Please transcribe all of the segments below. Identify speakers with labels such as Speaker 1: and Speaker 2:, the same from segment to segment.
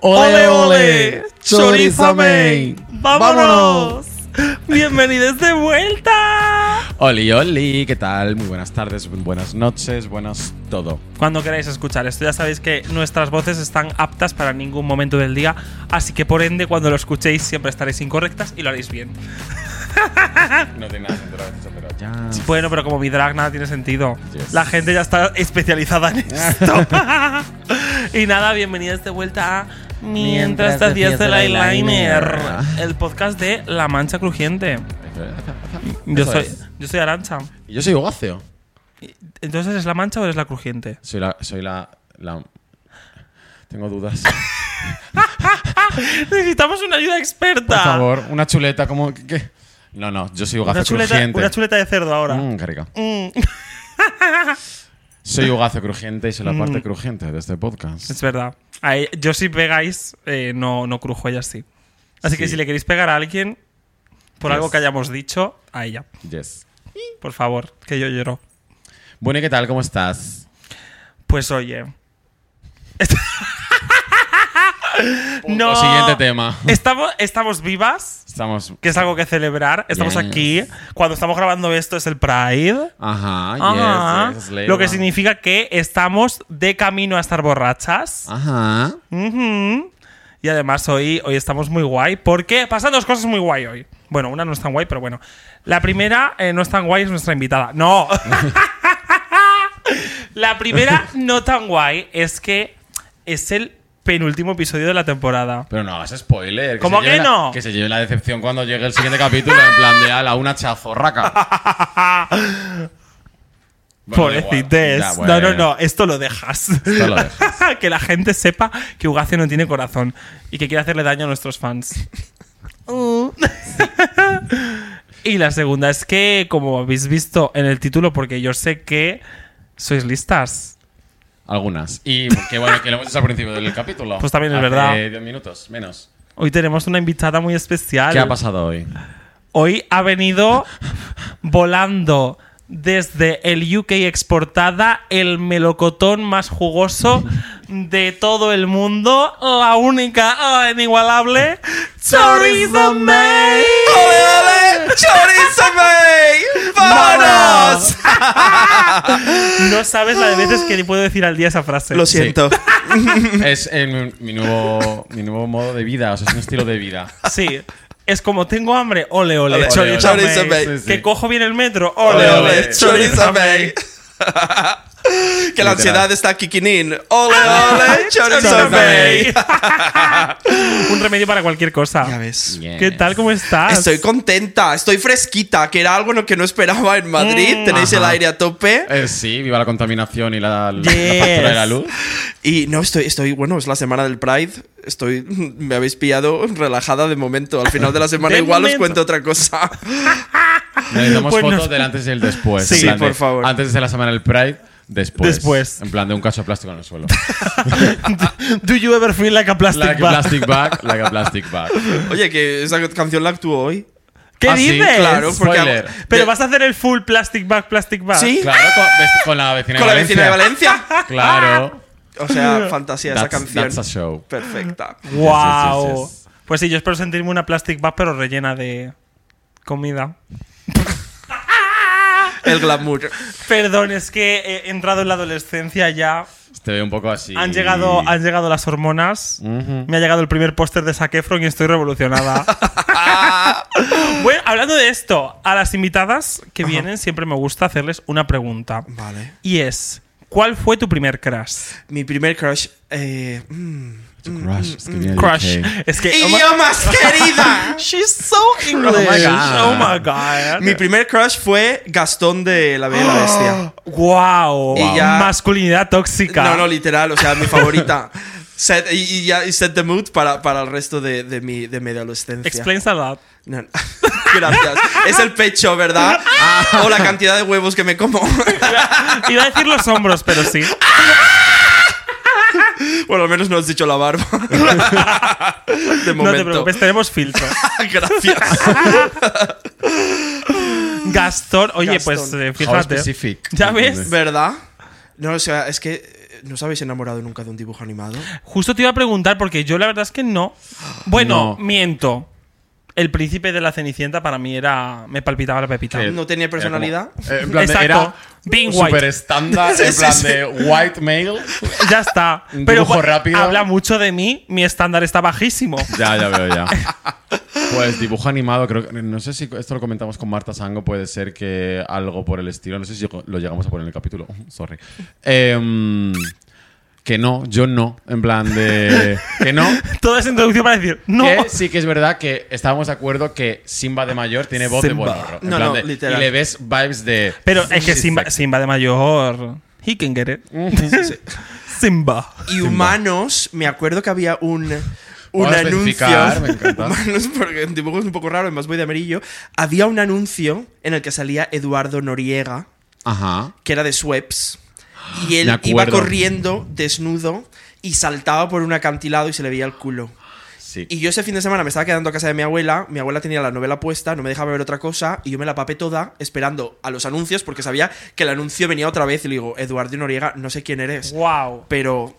Speaker 1: Ole, ole, chorizame. Vámonos. Bienvenidos de vuelta.
Speaker 2: Oli, oli, ¿qué tal? Muy buenas tardes, buenas noches, buenas todo.
Speaker 1: Cuando queráis escuchar esto, ya sabéis que nuestras voces están aptas para ningún momento del día, así que por ende, cuando lo escuchéis, siempre estaréis incorrectas y lo haréis bien.
Speaker 2: No tiene nada sentido lo que has dicho, pero ya.
Speaker 1: Sí, Bueno, pero como mi drag nada tiene sentido.
Speaker 2: Yes.
Speaker 1: La gente ya está especializada en esto. y nada, bienvenidos de vuelta a
Speaker 2: Mientras
Speaker 1: Mientras te
Speaker 2: te
Speaker 1: hacías
Speaker 2: hacías
Speaker 1: el
Speaker 2: el eyeliner.
Speaker 1: eyeliner, el podcast de La Mancha Crujiente. Yo
Speaker 2: Eso
Speaker 1: soy,
Speaker 2: es.
Speaker 1: yo soy Arancha.
Speaker 2: Y Yo soy Ogacio.
Speaker 1: Entonces, ¿eres la mancha o eres la crujiente?
Speaker 2: Soy la. Soy la, la- Tengo dudas.
Speaker 1: ¡Ah! Necesitamos una ayuda experta.
Speaker 2: Por favor, una chuleta, como. ¿Qué? No, no, yo soy Ugacio
Speaker 1: Una chuleta,
Speaker 2: crujiente.
Speaker 1: una chuleta de cerdo ahora.
Speaker 2: Mm, qué rico.
Speaker 1: Mm.
Speaker 2: Soy Ugacio crujiente y soy la
Speaker 1: Mm.
Speaker 2: parte crujiente de este podcast.
Speaker 1: Es verdad. A e- yo si pegáis, eh, no, no crujo, ella sí. Así que
Speaker 2: Sí.
Speaker 1: si le queréis pegar a alguien, por
Speaker 2: Yes.
Speaker 1: algo que hayamos dicho, a ella.
Speaker 2: Yes.
Speaker 1: Por favor, que yo lloro.
Speaker 2: Bueno, ¿y qué tal? ¿Cómo estás?
Speaker 1: Pues oye. no. Eh.
Speaker 2: O siguiente tema.
Speaker 1: Estamos, estamos vivas,
Speaker 2: Estamos.
Speaker 1: que es algo que celebrar. Estamos
Speaker 2: Yes.
Speaker 1: aquí. Cuando estamos grabando esto es el Pride.
Speaker 2: Ajá,
Speaker 1: Ajá.
Speaker 2: yes, yes, Leila.
Speaker 1: Lo que significa que estamos de camino a estar borrachas.
Speaker 2: Ajá.
Speaker 1: Ujú. Y además hoy, hoy estamos muy guay porque pasan dos cosas muy guay hoy. Bueno, una no es tan guay, pero bueno. La primera eh, no es tan guay, es nuestra invitada. No. la primera no tan guay es que es el penúltimo episodio de la temporada.
Speaker 2: Pero no hagas spoiler.
Speaker 1: ¿Cómo
Speaker 2: se lleve
Speaker 1: que
Speaker 2: la-
Speaker 1: no?
Speaker 2: que se lleve la decepción cuando llegue el siguiente capítulo en plan de ala, una chazorraca. Bueno, da igual.
Speaker 1: Pobrecites.
Speaker 2: Ya, bueno.
Speaker 1: No, no, no. Esto lo dejas.
Speaker 2: Esto lo dejas.
Speaker 1: que la gente sepa que Ugacio no tiene corazón y que quiere hacerle daño a nuestros fans. Uh. y la segunda es que, como habéis visto en el título, porque yo sé que sois listas.
Speaker 2: Algunas. Y que bueno, que lo hemos hecho al principio del capítulo.
Speaker 1: Pues también es
Speaker 2: Hace
Speaker 1: verdad.
Speaker 2: 10 minutos, menos.
Speaker 1: Hoy tenemos una invitada muy especial.
Speaker 2: ¿Qué ha pasado hoy?
Speaker 1: Hoy ha venido volando desde el UK exportada el melocotón más jugoso de todo el mundo, la única, la inigualable, Chorizo May. ¡Vámonos! No sabes la de veces que le puedo decir al día esa frase.
Speaker 3: Lo siento.
Speaker 2: Es eh, mi, mi nuevo, mi nuevo modo de vida, o sea, es un estilo de vida.
Speaker 1: Sí. Es como tengo hambre, ole ole,
Speaker 3: Ole,
Speaker 1: chorizo,
Speaker 3: ole, ole.
Speaker 1: May.
Speaker 3: Chorizo May.
Speaker 2: Sí, sí.
Speaker 1: Que cojo bien el metro, ole
Speaker 2: Ole,
Speaker 1: ole,
Speaker 2: ole,
Speaker 1: chorizo May.
Speaker 3: que la
Speaker 2: Literal.
Speaker 3: ansiedad está kikinin. Ole, ole, chorizo bay.
Speaker 1: Un remedio para cualquier cosa.
Speaker 3: Ya ves.
Speaker 2: Yes.
Speaker 1: ¿Qué tal? ¿Cómo estás?
Speaker 3: Estoy contenta, estoy fresquita, que era algo en lo que no esperaba en Madrid. Tenéis el
Speaker 2: Ajá.
Speaker 3: aire a tope.
Speaker 2: Eh, sí, viva la contaminación y la, la
Speaker 1: Yes.
Speaker 2: factura de la luz.
Speaker 3: Y no, estoy, estoy, bueno, es la semana del Pride. Estoy, me habéis pillado relajada de momento. Al final de la semana
Speaker 1: De
Speaker 3: igual
Speaker 1: momento.
Speaker 3: os cuento otra cosa.
Speaker 2: Necesitamos
Speaker 1: Pues
Speaker 2: fotos
Speaker 1: nos-
Speaker 2: del antes y el después.
Speaker 3: Sí,
Speaker 2: En plan
Speaker 3: por
Speaker 2: de-
Speaker 3: favor.
Speaker 2: Antes de la semana del Pride, después.
Speaker 1: Después.
Speaker 2: En plan de un cacho de plástico en el suelo.
Speaker 1: Do you ever feel like a plastic
Speaker 2: like a
Speaker 1: bag?
Speaker 2: plastic bag, like a plastic bag.
Speaker 3: Oye, que esa canción la actúo hoy.
Speaker 1: ¿Qué
Speaker 2: Ah, sí,
Speaker 1: dices?
Speaker 3: Claro, porque.
Speaker 2: Spoiler.
Speaker 1: Pero
Speaker 3: de-
Speaker 1: vas a hacer el full plastic bag, plastic bag.
Speaker 3: Sí,
Speaker 2: Claro, con, ves- con la vecina
Speaker 3: con
Speaker 2: de
Speaker 3: la
Speaker 2: Valencia.
Speaker 3: vecina de Valencia.
Speaker 2: Claro.
Speaker 3: O sea, fantasía esa
Speaker 2: That's,
Speaker 3: canción.
Speaker 2: that's a show.
Speaker 3: Perfecta.
Speaker 1: Wow.
Speaker 2: Yes, yes, yes,
Speaker 1: Pues sí, yo espero sentirme una plastic bag, pero rellena de comida.
Speaker 3: El glamour.
Speaker 1: Perdón, es que he entrado en la adolescencia ya.
Speaker 2: yes. Te veo un poco así.
Speaker 1: Han llegado, han llegado las hormonas. Me ha llegado el primer póster de Zac Efron y estoy revolucionada. bueno, hablando de esto, a las invitadas que vienen siempre me gusta hacerles una pregunta.
Speaker 3: Vale.
Speaker 1: Y es, ¿cuál fue tu primer crush?
Speaker 3: Mi primer crush. eh, mm.
Speaker 2: Crush. Es que viene de
Speaker 1: Crush.
Speaker 2: UK.
Speaker 1: Es que... oh my-
Speaker 3: ¡Idiomas, querida!
Speaker 1: She's so English.
Speaker 2: Oh my God.
Speaker 1: Oh my God.
Speaker 3: Mi primer crush fue Gastón de La Bella y la Bestia.
Speaker 1: wow.
Speaker 3: Y ya-
Speaker 1: Masculinidad tóxica.
Speaker 3: No, no, literal, o sea, mi favorita. Set, y, y ya y set the mood para, para el resto de, de mi, de mi adolescencia.
Speaker 1: Explains a lot.
Speaker 3: No, no. Gracias. Es el pecho, ¿verdad? o la cantidad de huevos que me como.
Speaker 1: Iba a decir los hombros, pero sí.
Speaker 3: bueno, al menos no has dicho la barba. de
Speaker 1: No te
Speaker 3: momento.
Speaker 1: preocupes, tenemos filtro.
Speaker 3: Gracias.
Speaker 1: Gastón, oye,
Speaker 3: Gastón.
Speaker 1: pues eh,
Speaker 2: How
Speaker 1: fíjate.
Speaker 2: Oh, specific.
Speaker 1: ¿Ya ves?
Speaker 3: ¿Verdad? No, o sea, es que eh, ¿No os habéis enamorado nunca de un dibujo animado?
Speaker 1: Justo te iba a preguntar porque yo la verdad es que no. Bueno,
Speaker 2: No.
Speaker 1: miento. El príncipe de la Cenicienta para mí era. Me palpitaba la pepita.
Speaker 2: Sí.
Speaker 3: ¿No tenía
Speaker 2: Era como-
Speaker 3: personalidad?
Speaker 2: eh, en plan de-
Speaker 1: Exacto.
Speaker 2: era
Speaker 1: Being
Speaker 2: super
Speaker 1: white.
Speaker 2: estándar,
Speaker 3: Sí,
Speaker 2: en
Speaker 3: sí,
Speaker 2: plan
Speaker 3: sí.
Speaker 2: de white male.
Speaker 1: Ya está.
Speaker 2: Un
Speaker 1: Pero
Speaker 2: dibujo
Speaker 1: bueno,
Speaker 2: rápido.
Speaker 1: habla mucho de mí. Mi estándar está bajísimo.
Speaker 2: Ya, ya veo, ya. Pues dibujo animado, creo que. No sé si esto lo comentamos con Marta Sango, puede ser que algo por el estilo. No sé si lo llegamos a poner en el capítulo. Sorry. Em, que no, yo no. En plan de. Que no.
Speaker 1: Toda esa introducción para decir, no.
Speaker 2: Que sí que es verdad que estábamos de acuerdo que Simba de mayor tiene voz
Speaker 1: Simba.
Speaker 2: de buenorro. En
Speaker 3: No,
Speaker 2: plan
Speaker 3: no,
Speaker 2: de-
Speaker 3: literal.
Speaker 2: Y le ves vibes de.
Speaker 1: Pero es que
Speaker 2: Sí, Mm,
Speaker 1: Simba,
Speaker 2: sí.
Speaker 1: Simba de mayor. He can get it. Simba.
Speaker 3: Y humanos, me acuerdo que había un, un
Speaker 2: Vamos a
Speaker 3: anuncio.
Speaker 2: especificar, me encanta.
Speaker 3: Humanos, porque el dibujo es un poco raro, además voy de amarillo. Había un anuncio en el que salía Eduardo Noriega,
Speaker 2: Ajá.
Speaker 3: que era de Sweps, y
Speaker 2: Me
Speaker 3: él iba
Speaker 2: acuerdo.
Speaker 3: corriendo desnudo y saltaba por un acantilado y se le veía el culo.
Speaker 2: Sí.
Speaker 3: Y yo ese fin de semana me estaba quedando a casa de mi abuela, mi abuela tenía la novela puesta, no me dejaba ver otra cosa, y yo me la papé toda esperando a los anuncios porque sabía que el anuncio venía otra vez y le digo, Eduardo Noriega, no sé quién eres,
Speaker 1: Wow.
Speaker 3: pero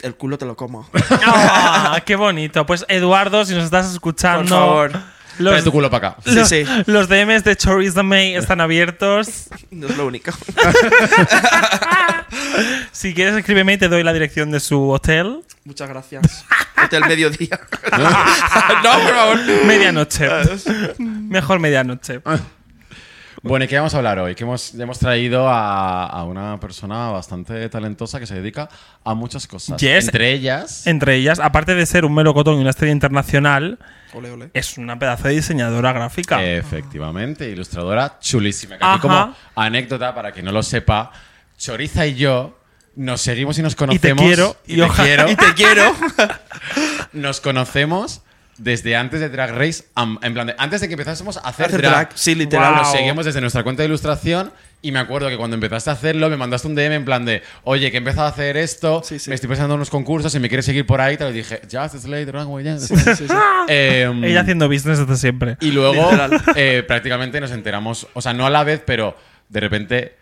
Speaker 3: el culo te lo como.
Speaker 1: Ah, qué bonito. Pues Eduardo, si nos estás escuchando.
Speaker 3: Por favor.
Speaker 1: Los,
Speaker 2: Trae tu culo para acá.
Speaker 1: los-
Speaker 3: Sí, sí.
Speaker 1: los DMs de Chorizo May están abiertos.
Speaker 3: No es lo único.
Speaker 1: Si quieres, escríbeme y te doy la dirección de su hotel.
Speaker 3: Muchas gracias. Hasta el mediodía. no, por favor.
Speaker 1: Medianoche. Mejor medianoche.
Speaker 2: Bueno, ¿y qué vamos a hablar hoy? Que hemos, hemos traído a, a una persona bastante talentosa que se dedica a muchas cosas.
Speaker 1: Yes.
Speaker 2: Entre ellas.
Speaker 1: Entre ellas, aparte de ser un melocotón y una estrella internacional,
Speaker 3: Ole, ole.
Speaker 1: es una pedazo de diseñadora gráfica.
Speaker 2: Eh, Efectivamente, ilustradora chulísima. Que
Speaker 1: Ajá.
Speaker 2: aquí como anécdota, para quien no lo sepa, Choriza y yo nos seguimos y nos conocemos.
Speaker 1: quiero,
Speaker 2: y
Speaker 1: y
Speaker 2: te
Speaker 1: oja-
Speaker 2: quiero.
Speaker 3: Y te quiero.
Speaker 2: Nos conocemos desde antes de Drag Race. am- En plan, de- antes de que empezásemos a hacer,
Speaker 3: Hacer
Speaker 2: drag.
Speaker 3: drag. Sí, literal.
Speaker 1: Wow.
Speaker 2: Nos seguimos desde nuestra cuenta de ilustración y me acuerdo que cuando empezaste a hacerlo me mandaste un DM en plan de, oye, que he empezado a hacer esto,
Speaker 3: Sí, sí.
Speaker 2: me estoy pensando en unos concursos y me quieres seguir por ahí, te lo dije, just slay Dragon ya. Em, mm.
Speaker 1: Ella haciendo business desde siempre.
Speaker 2: Y luego
Speaker 3: Literal.
Speaker 2: eh, prácticamente nos enteramos, o sea, no a la vez, pero de repente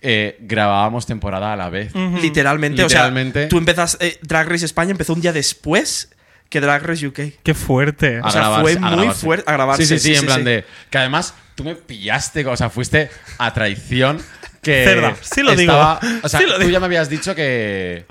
Speaker 2: eh, grabábamos temporada a la vez.
Speaker 3: Literalmente, o sea,
Speaker 2: Literalmente.
Speaker 3: tú empezas eh, Drag Race España empezó un día después que Drag Race UK.
Speaker 1: Qué fuerte.
Speaker 2: A
Speaker 3: sea,
Speaker 2: grabarse,
Speaker 3: fue
Speaker 2: a
Speaker 3: muy
Speaker 2: grabarse.
Speaker 3: fuerte- a grabarse,
Speaker 2: Sí, sí, sí,
Speaker 3: sí,
Speaker 2: en
Speaker 3: sí,
Speaker 2: plan
Speaker 3: sí.
Speaker 2: de. Que además tú me pillaste, o sea, fuiste a traición. Que
Speaker 1: Cerda, sí lo digo.
Speaker 2: estaba- O sea,
Speaker 1: Sí lo
Speaker 2: tú
Speaker 1: digo.
Speaker 2: ya me habías dicho que.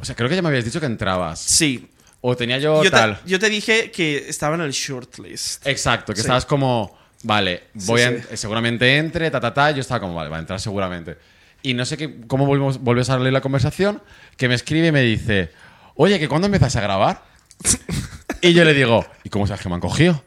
Speaker 2: O sea, creo que ya me habías dicho que entrabas.
Speaker 3: Sí.
Speaker 2: O tenía yo,
Speaker 3: Yo te,
Speaker 2: tal.
Speaker 3: yo te dije que estaba en el shortlist.
Speaker 2: Exacto, que
Speaker 3: Sí.
Speaker 2: estabas como. Vale, voy
Speaker 3: Sí,
Speaker 2: a en- seguramente entre, ta, ta, ta. Yo estaba como, vale, va a entrar seguramente. Y no sé qué, cómo volvemos, volvemos a leer la conversación, que me escribe y me dice, oye, ¿que cuándo empiezas a grabar? y yo le digo, ¿y cómo sabes que me han cogido?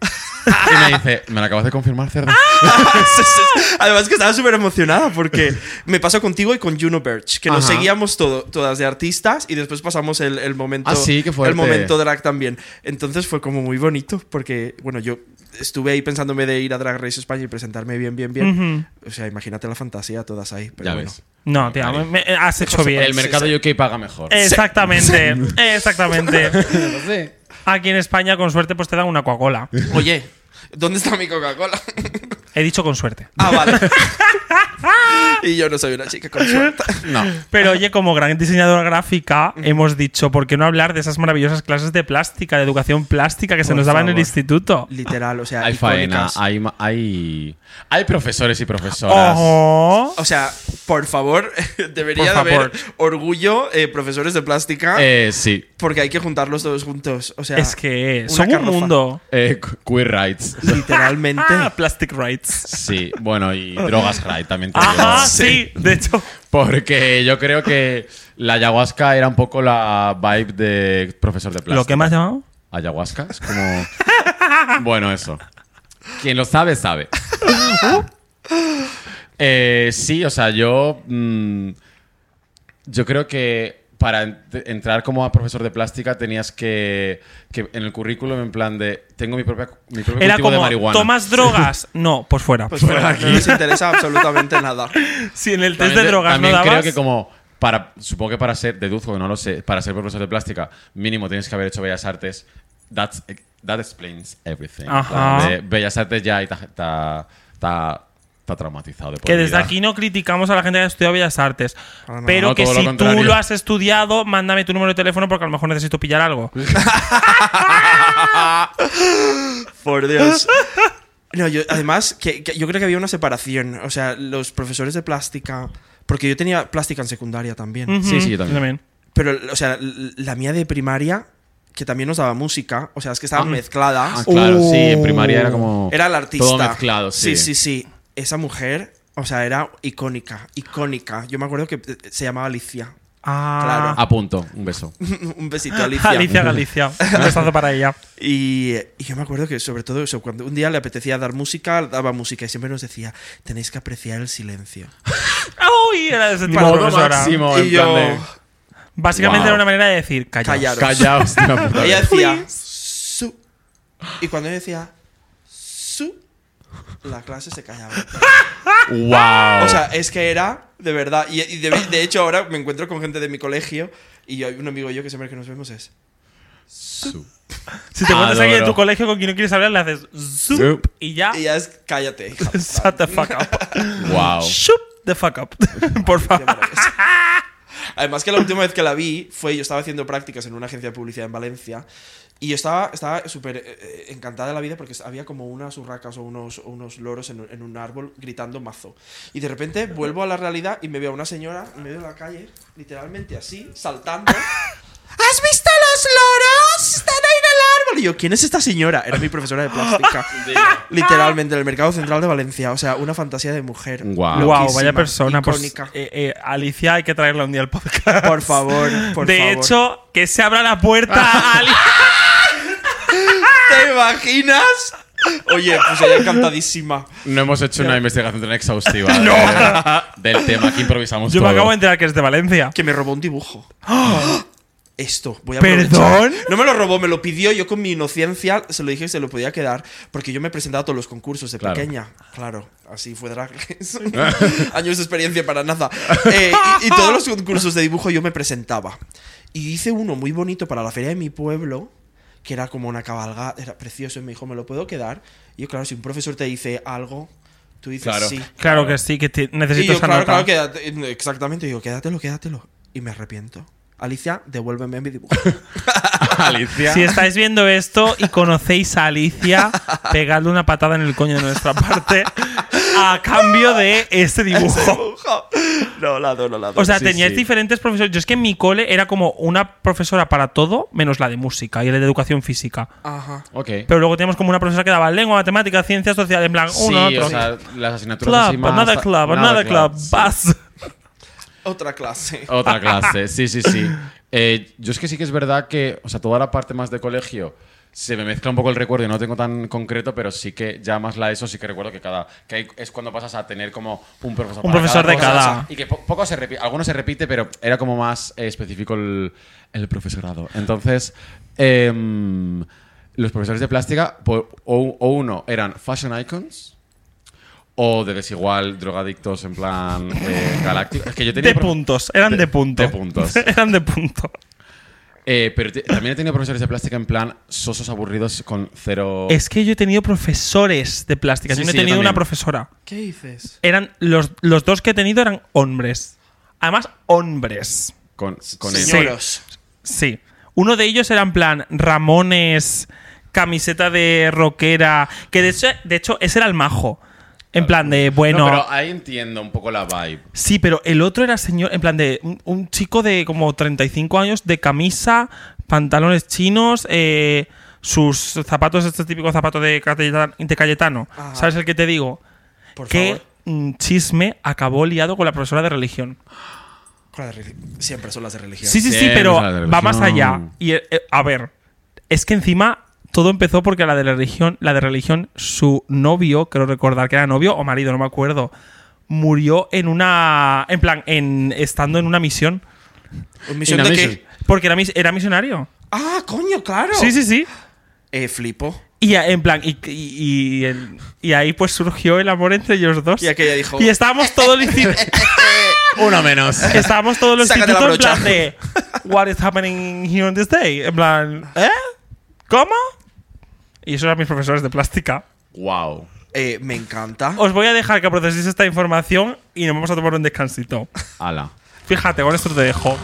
Speaker 2: y me dice, me lo acabas de confirmar, cerda.
Speaker 3: Ah, Sí, sí, sí. Además que estaba súper emocionada porque me pasó contigo y con Juno Birch, que nos
Speaker 2: Ajá.
Speaker 3: seguíamos todo, todas de artistas y después pasamos el, el momento
Speaker 2: Ah, sí, qué fuerte.
Speaker 3: el momento drag también. Entonces fue como muy bonito porque bueno, yo estuve ahí pensándome de ir a Drag Race España y presentarme bien bien bien. O sea, imagínate la fantasía todas ahí, pero
Speaker 2: ya
Speaker 3: bueno.
Speaker 2: ves.
Speaker 1: No, tío, me- me- has hecho bien.
Speaker 2: El mercado UK paga mejor.
Speaker 1: Exactamente, exactamente.
Speaker 2: No sé.
Speaker 1: Aquí en España, con suerte, pues te dan una Coca-Cola.
Speaker 3: Oye, ¿dónde está mi Coca-Cola?
Speaker 1: He dicho con suerte.
Speaker 3: ah, vale. y yo no soy una chica con suerte.
Speaker 2: No.
Speaker 1: Pero oye, como gran diseñadora gráfica, hemos dicho, ¿por qué no hablar de esas maravillosas clases de plástica, de educación plástica que se
Speaker 3: Por
Speaker 1: nos daba en el
Speaker 3: favor.
Speaker 1: instituto?
Speaker 3: Literal, o sea,
Speaker 2: Hay faena,
Speaker 3: icónicas.
Speaker 2: hay, ma- hay, hay profesores y profesoras.
Speaker 1: ¡Oh!
Speaker 3: O sea, por favor, debería
Speaker 1: Por
Speaker 3: de haber
Speaker 1: favor.
Speaker 3: orgullo, eh, profesores de plástica,
Speaker 2: Eh, sí.
Speaker 3: porque hay que juntarlos todos juntos. O sea,
Speaker 1: es que
Speaker 3: una
Speaker 1: son un
Speaker 3: carroza.
Speaker 1: mundo.
Speaker 2: Eh, cu- queer rights.
Speaker 3: Literalmente.
Speaker 1: Ah, plastic rights.
Speaker 2: Sí, bueno, y drogas rights también. te digo.
Speaker 1: Ajá, Ah, sí. De hecho,
Speaker 2: Porque yo creo que la ayahuasca era un poco la vibe de profesor de plástica.
Speaker 1: ¿lo que me has llamado?
Speaker 2: Ayahuasca es como. bueno, eso. Quien lo sabe, sabe. Eh, sí, o sea, yo. mm, yo creo que para ent- entrar como a profesor de plástica tenías que, que en el currículum en plan de tengo mi propia mi propio
Speaker 1: Era
Speaker 2: cultivo de
Speaker 1: como,
Speaker 2: marihuana.
Speaker 1: ¿tomas drogas? No, pues fuera.
Speaker 3: Pues bueno,
Speaker 2: aquí.
Speaker 3: no les interesa absolutamente nada.
Speaker 1: si en el test
Speaker 2: También
Speaker 1: de
Speaker 2: te-
Speaker 1: drogas no
Speaker 2: también
Speaker 1: dabas...
Speaker 2: creo que como para supongo que para ser deduzco que no lo sé, para ser profesor de plástica mínimo tienes que haber hecho bellas artes. That's, that explains everything.
Speaker 1: Ajá.
Speaker 2: De bellas artes ya y ta, ta- ta- está traumatizado. De por
Speaker 1: Que desde
Speaker 2: vida.
Speaker 1: aquí no criticamos a la gente que ha estudiado Bellas Artes.
Speaker 3: Ah, no,
Speaker 1: pero
Speaker 2: no,
Speaker 1: que
Speaker 2: todo lo
Speaker 1: si tú
Speaker 2: contrario.
Speaker 1: lo has estudiado, mándame tu número de teléfono porque a lo mejor necesito pillar algo.
Speaker 3: Por Dios. No, yo, además, que, que yo creo que había una separación. O sea, los profesores de plástica. Porque yo tenía plástica en secundaria también.
Speaker 1: Ujú,
Speaker 2: sí, yo también.
Speaker 3: Pero, o sea, l- la mía de primaria, que también nos daba música. O sea, es que estaban
Speaker 2: Ah,
Speaker 3: mezcladas.
Speaker 2: claro,
Speaker 1: Oh.
Speaker 2: sí, en primaria era como.
Speaker 3: Era la artista.
Speaker 2: Todo mezclado, sí.
Speaker 3: Sí, sí, sí. Esa mujer, o sea, era icónica. Icónica. Yo me acuerdo que eh, se llamaba Alicia.
Speaker 1: Ah,
Speaker 2: A punto, un beso.
Speaker 3: Un besito, Alicia.
Speaker 1: Alicia, Galicia. Un besazo para ella.
Speaker 3: Y, y yo me acuerdo que sobre todo eso, cuando un día le apetecía dar música, daba música y siempre nos decía, tenéis que apreciar el silencio.
Speaker 1: ¡Ay! Era de ese tipo de
Speaker 2: Modo
Speaker 1: profesora.
Speaker 2: máximo. No, en
Speaker 3: y yo,
Speaker 2: plan de-
Speaker 1: Básicamente
Speaker 2: Wow.
Speaker 1: era una manera de decir, calla.
Speaker 3: Callaros.
Speaker 2: Callaos, tío, puta vez.
Speaker 3: ella decía, su. Y cuando yo decía, su, la clase se callaba.
Speaker 2: ¡Wow!
Speaker 3: O sea, es que era, de verdad, y, y de, de hecho ahora me encuentro con gente de mi colegio y hay un amigo y yo que siempre que nos vemos es...
Speaker 2: Su-
Speaker 1: Si te encuentras a alguien de tu
Speaker 2: Adoro.
Speaker 1: colegio con quien no quieres hablar, le haces zup
Speaker 2: Zup.
Speaker 1: y ya.
Speaker 3: Y ya es, cállate. hija de puta".
Speaker 1: Shut the fuck up.
Speaker 2: ¡Wow!
Speaker 1: Shup the fuck up. Por
Speaker 3: Qué
Speaker 1: favor.
Speaker 3: maravilloso. Además que la última vez que la vi fue, yo estaba haciendo prácticas en una agencia de publicidad en Valencia y yo estaba estaba súper eh, eh, encantada de la vida porque había como unas urracas o unos, o unos loros en, un- en un árbol gritando mazo. Y de repente vuelvo a la realidad y me veo a una señora en medio de la calle, literalmente así, saltando. ¿Has visto los loros? Están ahí en el árbol. Y yo, ¿quién es esta señora? Era mi profesora de plástica. Literalmente, en el mercado central de Valencia. O sea, una fantasía de mujer.
Speaker 2: Guau.
Speaker 1: Wow,
Speaker 3: Loquísima,
Speaker 1: vaya persona. pues,
Speaker 3: icónica.
Speaker 1: eh, eh, Alicia, hay que traerla un día al podcast.
Speaker 3: Por favor, por
Speaker 1: de
Speaker 3: favor.
Speaker 1: hecho, que se abra la puerta, Ali.
Speaker 3: ¿Te imaginas? Oye, pues ella encantadísima.
Speaker 2: No hemos hecho una investigación tan exhaustiva de- del tema, aquí improvisamos
Speaker 1: Yo me
Speaker 2: todo.
Speaker 1: acabo de enterar que es de Valencia.
Speaker 3: Que me robó un dibujo. Esto, voy a
Speaker 1: ¿Perdón?
Speaker 3: aprovechar. No me lo robó, me lo pidió. Yo con mi inocencia se lo dije que se lo podía quedar. Porque yo me he presentado a todos los concursos de
Speaker 2: Claro.
Speaker 3: pequeña. Claro, así fue Drag Race. Años de experiencia para nada. Eh, y, y todos los concursos de dibujo yo me presentaba. Y hice uno muy bonito para la feria de mi pueblo. Que era como una cabalgada, era precioso. Y me dijo, ¿me lo puedo quedar? Y yo, claro, si un profesor te dice algo, tú dices
Speaker 2: Claro.
Speaker 3: sí.
Speaker 1: Claro que sí, que te-
Speaker 3: Y
Speaker 1: necesito
Speaker 3: yo,
Speaker 1: esa
Speaker 3: claro,
Speaker 1: nota.
Speaker 3: claro, quédate- eh, exactamente. Digo, quédatelo, quédatelo. Y me arrepiento. Alicia, devuélveme mi dibujo.
Speaker 2: Alicia.
Speaker 1: Si estáis viendo esto y conocéis a Alicia, pegadle una patada en el coño de nuestra parte a cambio de este dibujo.
Speaker 3: no, la adoro, la adoro.
Speaker 1: O sea,
Speaker 2: Sí,
Speaker 1: teníais
Speaker 2: sí.
Speaker 1: diferentes profesores. Yo es que en mi cole era como una profesora para todo, menos la de música y la de educación física.
Speaker 3: Ajá.
Speaker 2: Ok.
Speaker 1: Pero luego teníamos como una profesora que daba lengua, matemáticas, ciencias sociales, en plan,
Speaker 2: sí,
Speaker 1: uno, otro.
Speaker 2: o sea, las asignaturas así
Speaker 1: club,
Speaker 2: más-
Speaker 1: another club, another club,
Speaker 2: sí.
Speaker 1: bus.
Speaker 3: Otra clase.
Speaker 2: Otra clase, sí, sí, sí. Eh, yo es que sí que es verdad que, o sea, toda la parte más de colegio se me mezcla un poco el recuerdo y no lo tengo tan concreto, pero sí que ya más la ESO sí que recuerdo que cada que ahí es cuando pasas a tener como un profesor
Speaker 1: Un
Speaker 2: para
Speaker 1: profesor de
Speaker 2: cosa,
Speaker 1: cada.
Speaker 2: o sea, y que po- poco se repite, algunos se repite, pero era como más eh, específico el, el profesorado. Entonces, em, los profesores de plástica por- o, o uno eran fashion icons o de desigual, drogadictos en plan eh, galáctico. Es que yo tenía
Speaker 1: De
Speaker 2: profe-
Speaker 1: puntos, eran de,
Speaker 2: de-
Speaker 1: punto.
Speaker 2: de puntos.
Speaker 1: eran de punto.
Speaker 2: Eh, pero te- también he tenido profesores de plástica en plan sosos aburridos con cero.
Speaker 1: Es que yo he tenido profesores de plástica.
Speaker 2: Oh. Sí,
Speaker 1: yo no he
Speaker 2: sí, yo
Speaker 1: tenido una
Speaker 2: también.
Speaker 1: profesora.
Speaker 3: ¿Qué dices?
Speaker 1: Eran los, los dos que he tenido eran hombres. Además, hombres.
Speaker 2: Con, con
Speaker 1: E. Sí.
Speaker 2: M.
Speaker 3: Señoros.
Speaker 1: Sí. Uno de ellos era en plan Ramones, camiseta de rockera. Que de hecho, de hecho ese era el majo. En plan de, bueno.
Speaker 2: No, pero ahí entiendo un poco la vibe.
Speaker 1: Sí, pero el otro era señor, en plan de un, un chico de como 35 años, de camisa, pantalones chinos, eh, sus zapatos, estos típicos zapatos de, Cayetano- de Cayetano.
Speaker 3: Ajá.
Speaker 1: ¿Sabes el que te digo?
Speaker 3: Por
Speaker 1: que
Speaker 3: favor.
Speaker 1: mm, chisme acabó liado con la profesora de religión.
Speaker 3: Con la de relig- Siempre son las de religión.
Speaker 1: Sí, sí, sí,
Speaker 2: Siempre
Speaker 1: pero
Speaker 2: es la de
Speaker 1: va más
Speaker 2: religión.
Speaker 1: allá. Y eh, eh, a ver, es que encima todo empezó porque la de la religión, la de religión, su novio, creo recordar que era novio o marido, no me acuerdo, murió en una, en plan, en estando en una misión,
Speaker 3: ¿Un misión
Speaker 2: Una
Speaker 3: de
Speaker 2: misión.
Speaker 3: qué?
Speaker 1: porque era, mis- era misionario.
Speaker 3: Ah, coño, claro.
Speaker 1: Sí, sí, sí.
Speaker 3: Eh, flipo.
Speaker 1: Y eh, en plan, y, y- y el- y ahí pues surgió el amor entre ellos dos.
Speaker 3: Y aquella dijo.
Speaker 1: Y estábamos todos listos.
Speaker 2: Uno menos.
Speaker 1: Estábamos todos los
Speaker 3: Sácate la
Speaker 1: institutos en plan
Speaker 3: brocha.
Speaker 1: de What is happening here on this day? En plan, ¿eh? ¿Cómo? Y esos eran mis profesores de plástica.
Speaker 2: wow.
Speaker 3: eh, me encanta.
Speaker 1: Os voy a dejar que proceséis esta información y nos vamos a tomar un descansito.
Speaker 2: Ala.
Speaker 1: Fíjate, con esto te dejo.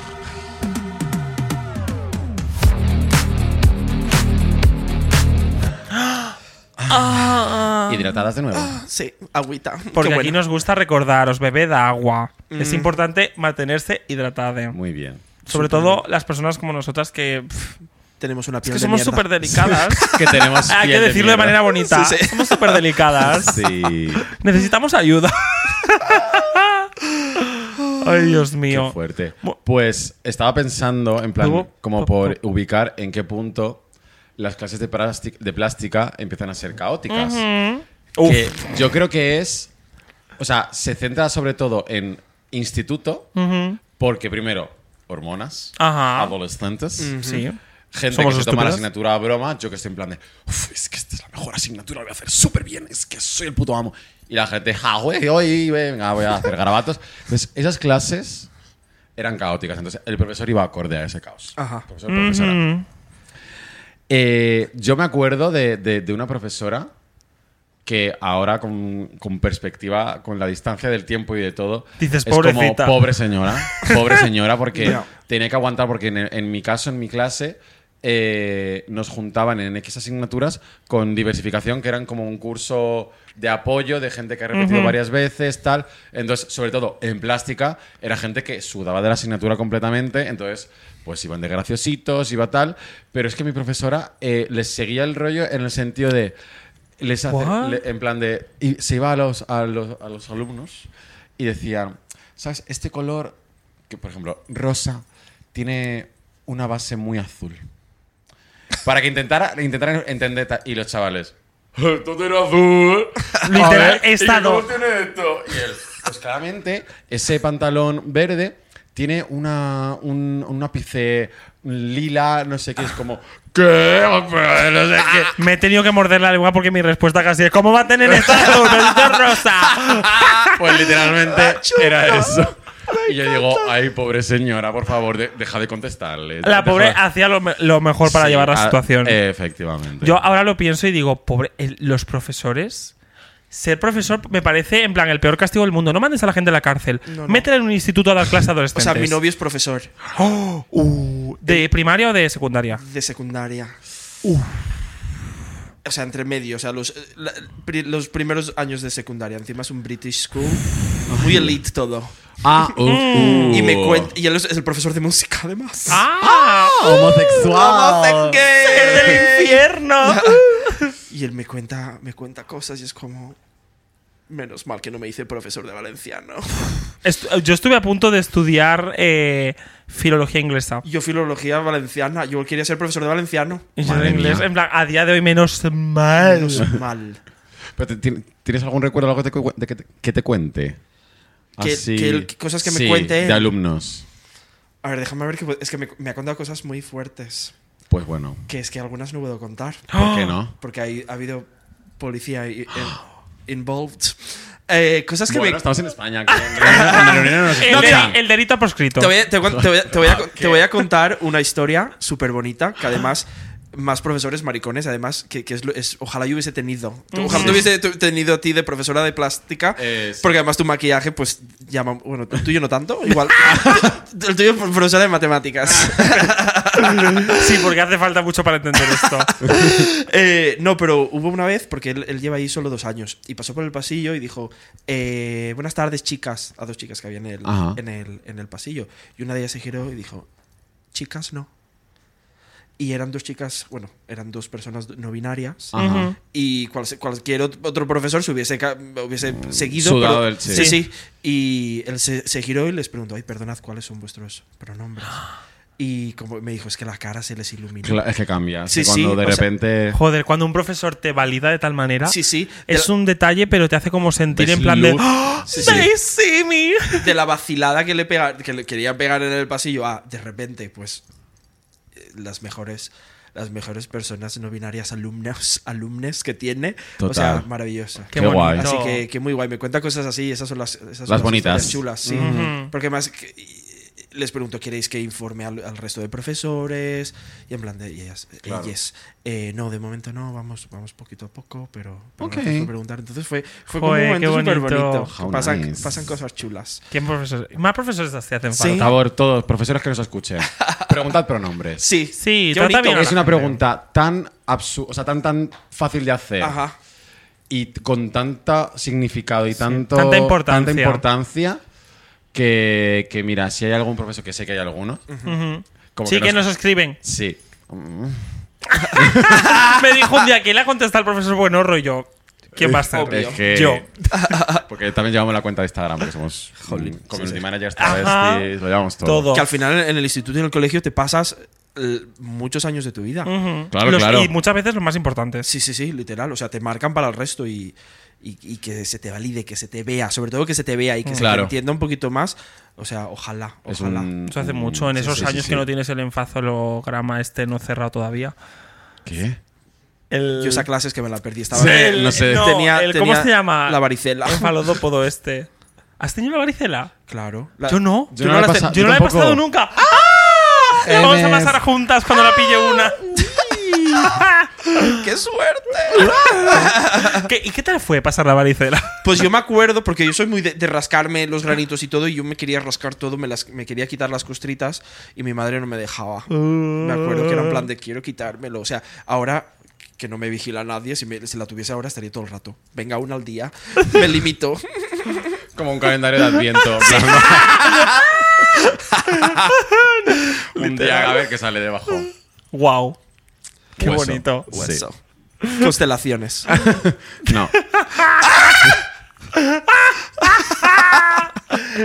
Speaker 2: Hidratadas de nuevo.
Speaker 3: Sí, agüita.
Speaker 1: Porque
Speaker 3: Qué
Speaker 1: aquí
Speaker 3: bueno. Mm.
Speaker 1: nos gusta recordaros, bebed agua. Es importante mantenerse hidratada.
Speaker 2: Muy bien.
Speaker 1: Sobre todo las personas como nosotras que, pff,
Speaker 3: tenemos una
Speaker 1: es
Speaker 3: piel
Speaker 1: que
Speaker 3: de
Speaker 1: somos
Speaker 3: mierda.
Speaker 1: súper delicadas.
Speaker 2: Que tenemos.
Speaker 1: Hay que
Speaker 2: piel
Speaker 1: decirlo
Speaker 2: mierda.
Speaker 1: de manera bonita.
Speaker 3: Sí, sí.
Speaker 1: Somos súper delicadas.
Speaker 2: Sí.
Speaker 1: Necesitamos ayuda. Ay, Dios
Speaker 2: Qué
Speaker 1: mío.
Speaker 2: fuerte.
Speaker 1: Bu-
Speaker 2: Pues estaba pensando, en plan,
Speaker 1: Bu- bu-
Speaker 2: como por ubicar en qué punto las clases de, prástic- de plástica empiezan a ser caóticas.
Speaker 1: Uf.
Speaker 2: Que yo creo que es. O sea, se centra sobre todo en instituto, porque primero, hormonas,
Speaker 1: Ajá.
Speaker 2: adolescentes.
Speaker 1: Sí.
Speaker 2: Gente
Speaker 1: Somos
Speaker 2: que se toma la
Speaker 1: estúpidas.
Speaker 2: asignatura a broma, yo que estoy en plan de, "Uf, es que esta es la mejor asignatura, la voy a hacer súper bien, es que soy el puto amo. Y la gente, ja, güey, hoy, venga, voy a hacer garabatos. Entonces, esas clases eran caóticas, entonces el profesor iba acorde a ese caos.
Speaker 3: Ajá.
Speaker 2: Profesor, profesora.
Speaker 1: Mm.
Speaker 2: Eh, yo me acuerdo de, de- de una profesora que ahora con, con perspectiva, con la distancia del tiempo y de todo,
Speaker 1: Dices,
Speaker 2: es
Speaker 1: "Pobrecita".
Speaker 2: como pobre señora, pobre señora, porque
Speaker 3: Ya.
Speaker 2: tenía que aguantar, porque en, en mi caso, en mi clase, eh, nos juntaban en X asignaturas con diversificación, que eran como un curso de apoyo de gente que ha repetido varias veces, tal. Entonces, sobre todo en plástica, era gente que sudaba de la asignatura completamente, entonces, pues iban de graciositos, iba tal, pero es que mi profesora eh, les seguía el rollo en el sentido de... Les hace-
Speaker 1: What?
Speaker 2: le- en plan de. Y se iba a los, a los, a los alumnos y decía, ¿sabes? Este color, que por ejemplo, rosa, tiene una base muy azul. Para que intentara, intentaran entender. ta- Y los chavales. Esto tiene azul. A
Speaker 1: Literal,
Speaker 2: ver, ¿y qué
Speaker 1: esta no.
Speaker 2: color tiene esto? Y él, Pues claramente, ese pantalón verde tiene una, un, un ápice lila, no sé qué. Es como. ¿Qué? No sé qué.
Speaker 1: Me he tenido que morder la lengua porque mi respuesta casi es ¿Cómo va a tener esta azul? Bendito rosa?
Speaker 2: Pues literalmente era eso. Y yo digo, ay, pobre señora, por favor, de- deja de contestarle.
Speaker 1: La
Speaker 2: Deja-
Speaker 1: pobre hacía lo, me- lo mejor para
Speaker 2: Sí,
Speaker 1: llevar la
Speaker 2: ah,
Speaker 1: situación.
Speaker 2: Efectivamente.
Speaker 1: Yo ahora lo pienso y digo, pobre, el- los profesores. Ser profesor me parece, en plan, el peor castigo del mundo. No mandes a la gente a la cárcel.
Speaker 3: No, no.
Speaker 1: Métela en un instituto a dar clase a
Speaker 3: O
Speaker 1: adolescentes. Uh,
Speaker 3: sea, mi novio es profesor
Speaker 1: ¿De primaria o de secundaria?
Speaker 3: de secundaria. O sea, entre medio, o sea, los, eh, la- pri- los primeros años de secundaria. Encima es un British school. Muy elite todo.
Speaker 2: Ah, uh, uh.
Speaker 1: mm.
Speaker 3: Y me cuenta. Y él es es el profesor de música, además. Ah,
Speaker 1: ¡Ah!
Speaker 2: Homosexual.
Speaker 3: Vamos, ¿en qué?
Speaker 1: ¡Del infierno! ¡Uh!
Speaker 3: Y él me cuenta, me cuenta cosas y es como. Menos mal que no me hice profesor de valenciano.
Speaker 1: Estu- Yo estuve a punto de estudiar eh, filología inglesa.
Speaker 3: Yo filología valenciana. Yo quería ser profesor de valenciano.
Speaker 1: Y yo
Speaker 2: Madre
Speaker 1: de inglés,
Speaker 2: mía.
Speaker 1: en plan, a día de hoy menos mal.
Speaker 3: Menos mal.
Speaker 2: Pero te- ti- ¿Tienes algún recuerdo algo te cu- de que, te, que te cuente?
Speaker 3: Que-
Speaker 2: Así-
Speaker 3: que el- que cosas que me
Speaker 2: Sí,
Speaker 3: cuente.
Speaker 2: De alumnos.
Speaker 3: A ver, déjame ver. Que, es que me, me ha contado cosas muy fuertes.
Speaker 2: Pues bueno,
Speaker 3: Que es que algunas no puedo contar.
Speaker 1: ¡Oh!
Speaker 2: ¿por qué no?
Speaker 3: Porque hay- ha habido policía i- eh, involved. Eh, cosas que
Speaker 2: Bueno,
Speaker 3: me.
Speaker 2: estamos en España. que en Reino- en Reino Unido nos
Speaker 1: El, de-
Speaker 2: escuchan.
Speaker 1: el delito proscrito.
Speaker 3: Te voy, a, te voy a- te voy a- te voy a- te voy a contar una historia súper bonita que además más profesores maricones además que, que es, lo- es- ojalá yo hubiese tenido ojalá te hubiese tu- tenido a ti de profesora de plástica
Speaker 2: Eh, sí.
Speaker 3: porque además tu maquillaje pues llama bueno el tuyo no tanto igual el tuyo profesora de matemáticas
Speaker 1: Sí, porque hace falta mucho para entender esto.
Speaker 3: Eh, no, pero hubo una vez, porque él, él lleva ahí solo dos años, y pasó por el pasillo y dijo, eh, buenas tardes chicas, a dos chicas que había en el,
Speaker 2: Ajá.
Speaker 3: en, el, en el pasillo. Y una de ellas se giró y dijo, chicas no. Y eran dos chicas, bueno, eran dos personas no binarias.
Speaker 2: Ajá.
Speaker 3: Y cual- cualquier ot- otro profesor se hubiese, ca- hubiese seguido.
Speaker 2: Mm, sudado
Speaker 3: pero-
Speaker 2: el- sí.
Speaker 3: sí, sí. Y él se, se giró y les preguntó, ay, perdonad, ¿cuáles son vuestros pronombres? Y como me dijo, es que la cara se les iluminó.
Speaker 2: Cla- Es que cambia.
Speaker 3: Sí,
Speaker 2: Sí, cuando
Speaker 3: sí,
Speaker 2: de
Speaker 3: o sea,
Speaker 2: repente.
Speaker 1: Joder, cuando un profesor te valida de tal manera,
Speaker 3: Sí, sí.
Speaker 1: es un detalle, pero te hace como sentir
Speaker 2: Ves
Speaker 1: en plan de.
Speaker 2: luz.
Speaker 1: ¡Oh,
Speaker 3: ¡Ah! Sí, sí.
Speaker 1: they see me!
Speaker 3: de la vacilada que le, pega, que le querían pegar en el pasillo a, de repente, pues, eh, las mejores, las mejores personas no binarias alumnos, alumnes que tiene. O
Speaker 2: Total.
Speaker 3: sea, maravillosa.
Speaker 2: Qué guay.
Speaker 1: bonito.
Speaker 3: Así que, que muy guay. Me cuenta cosas así. Esas son las, esas son
Speaker 2: Las bonitas.
Speaker 3: historias chulas, sí.
Speaker 1: Ujú.
Speaker 3: Porque más... que- y- les pregunto, ¿queréis que informe al, al resto de profesores? Y en plan de ellas,
Speaker 2: Claro.
Speaker 3: ellas, eh, no, de momento no, vamos, vamos poquito a poco, pero, pero
Speaker 2: Ok.
Speaker 3: gracias por preguntar. Entonces fue, fue como
Speaker 1: Joder,
Speaker 3: un momento
Speaker 1: qué
Speaker 3: súper bonito.
Speaker 1: bonito.
Speaker 2: How
Speaker 3: Pasan,
Speaker 2: nice.
Speaker 3: pasan cosas chulas.
Speaker 1: ¿Quién profesor? Más profesores así hacen
Speaker 3: Sí.
Speaker 2: Por
Speaker 1: falta.
Speaker 2: favor, todos, profesores que nos escuchen, preguntad pronombres.
Speaker 3: Sí,
Speaker 1: Sí,
Speaker 3: Qué
Speaker 1: trata
Speaker 3: bonito.
Speaker 1: bien a la
Speaker 2: Es una
Speaker 1: gente.
Speaker 2: pregunta tan absurda, o sea, tan, tan fácil de hacer
Speaker 3: Ajá.
Speaker 2: y t- con tanta significado y tanto,
Speaker 1: Tanta importancia.
Speaker 2: tanta importancia que, que, mira, si hay algún profesor, que sé que hay algunos,
Speaker 1: Ujú.
Speaker 2: como
Speaker 1: Sí,
Speaker 2: que
Speaker 1: que
Speaker 2: nos-
Speaker 1: nos escriben.
Speaker 2: Sí.
Speaker 1: Me dijo un día que le ha contestado el profesor Buenorro y yo. ¿Quién va a estar?
Speaker 3: Obvio.
Speaker 2: Es que-
Speaker 1: Yo.
Speaker 2: Porque también llevamos la cuenta de Instagram, porque somos mm, community managers, travestis, lo llevamos todo.
Speaker 1: Todo.
Speaker 3: Que al final en el instituto y en el colegio te pasas eh, muchos años de tu vida.
Speaker 1: Ujú.
Speaker 2: Claro,
Speaker 1: Los-
Speaker 2: claro.
Speaker 1: Y muchas veces los más importantes.
Speaker 3: Sí, sí, sí, literal. O sea, te marcan para el resto y, y- y que se te valide, que se te vea, sobre todo que se te vea y que se te
Speaker 2: Claro.
Speaker 3: entienda un poquito más. O sea, ojalá,
Speaker 2: Es
Speaker 3: ojalá.
Speaker 2: un-
Speaker 1: Eso hace
Speaker 2: un-
Speaker 1: mucho, en
Speaker 2: sí,
Speaker 1: esos
Speaker 2: sí, sí,
Speaker 1: años
Speaker 2: sí.
Speaker 1: que no tienes el enfazolograma este no cerrado todavía.
Speaker 2: ¿Qué?
Speaker 1: El,
Speaker 3: Yo esa clases que me la perdí. Estaba
Speaker 2: Sí,
Speaker 3: El-
Speaker 2: no sé.
Speaker 3: tenía-
Speaker 1: el- ¿Cómo
Speaker 3: tenía
Speaker 1: se llama?
Speaker 3: La varicela.
Speaker 1: Enfalodópodo este. ¿Has tenido la varicela?
Speaker 3: Claro. La- Eh,
Speaker 1: Yo no.
Speaker 2: Yo
Speaker 3: Tú
Speaker 2: no
Speaker 3: no
Speaker 2: la he
Speaker 3: la has-
Speaker 2: pasa-
Speaker 1: Yo no la he
Speaker 2: tampoco.
Speaker 1: pasado nunca. ¡Ah! La vamos a
Speaker 2: Eres-
Speaker 1: pasar juntas cuando la pille una.
Speaker 3: ¡Qué suerte!
Speaker 1: ¿Qué- ¿Y qué tal fue pasar la varicela?
Speaker 3: Pues yo me acuerdo, porque yo soy muy de, de rascarme los granitos y todo, y yo me quería rascar todo, me, las, me quería quitar las costritas, y mi madre no me dejaba. Me acuerdo que era en plan
Speaker 1: Mm.
Speaker 3: de quiero quitármelo. O sea, ahora que no me vigila nadie, si, me- si la tuviese ahora estaría todo el rato. Venga, una al día. Me limito.
Speaker 2: Como un calendario de adviento. en plan, un día a ver qué sale debajo.
Speaker 1: Wow. Qué
Speaker 2: Hueso.
Speaker 1: bonito.
Speaker 2: Sí.
Speaker 3: Hueso. Constelaciones.
Speaker 2: No.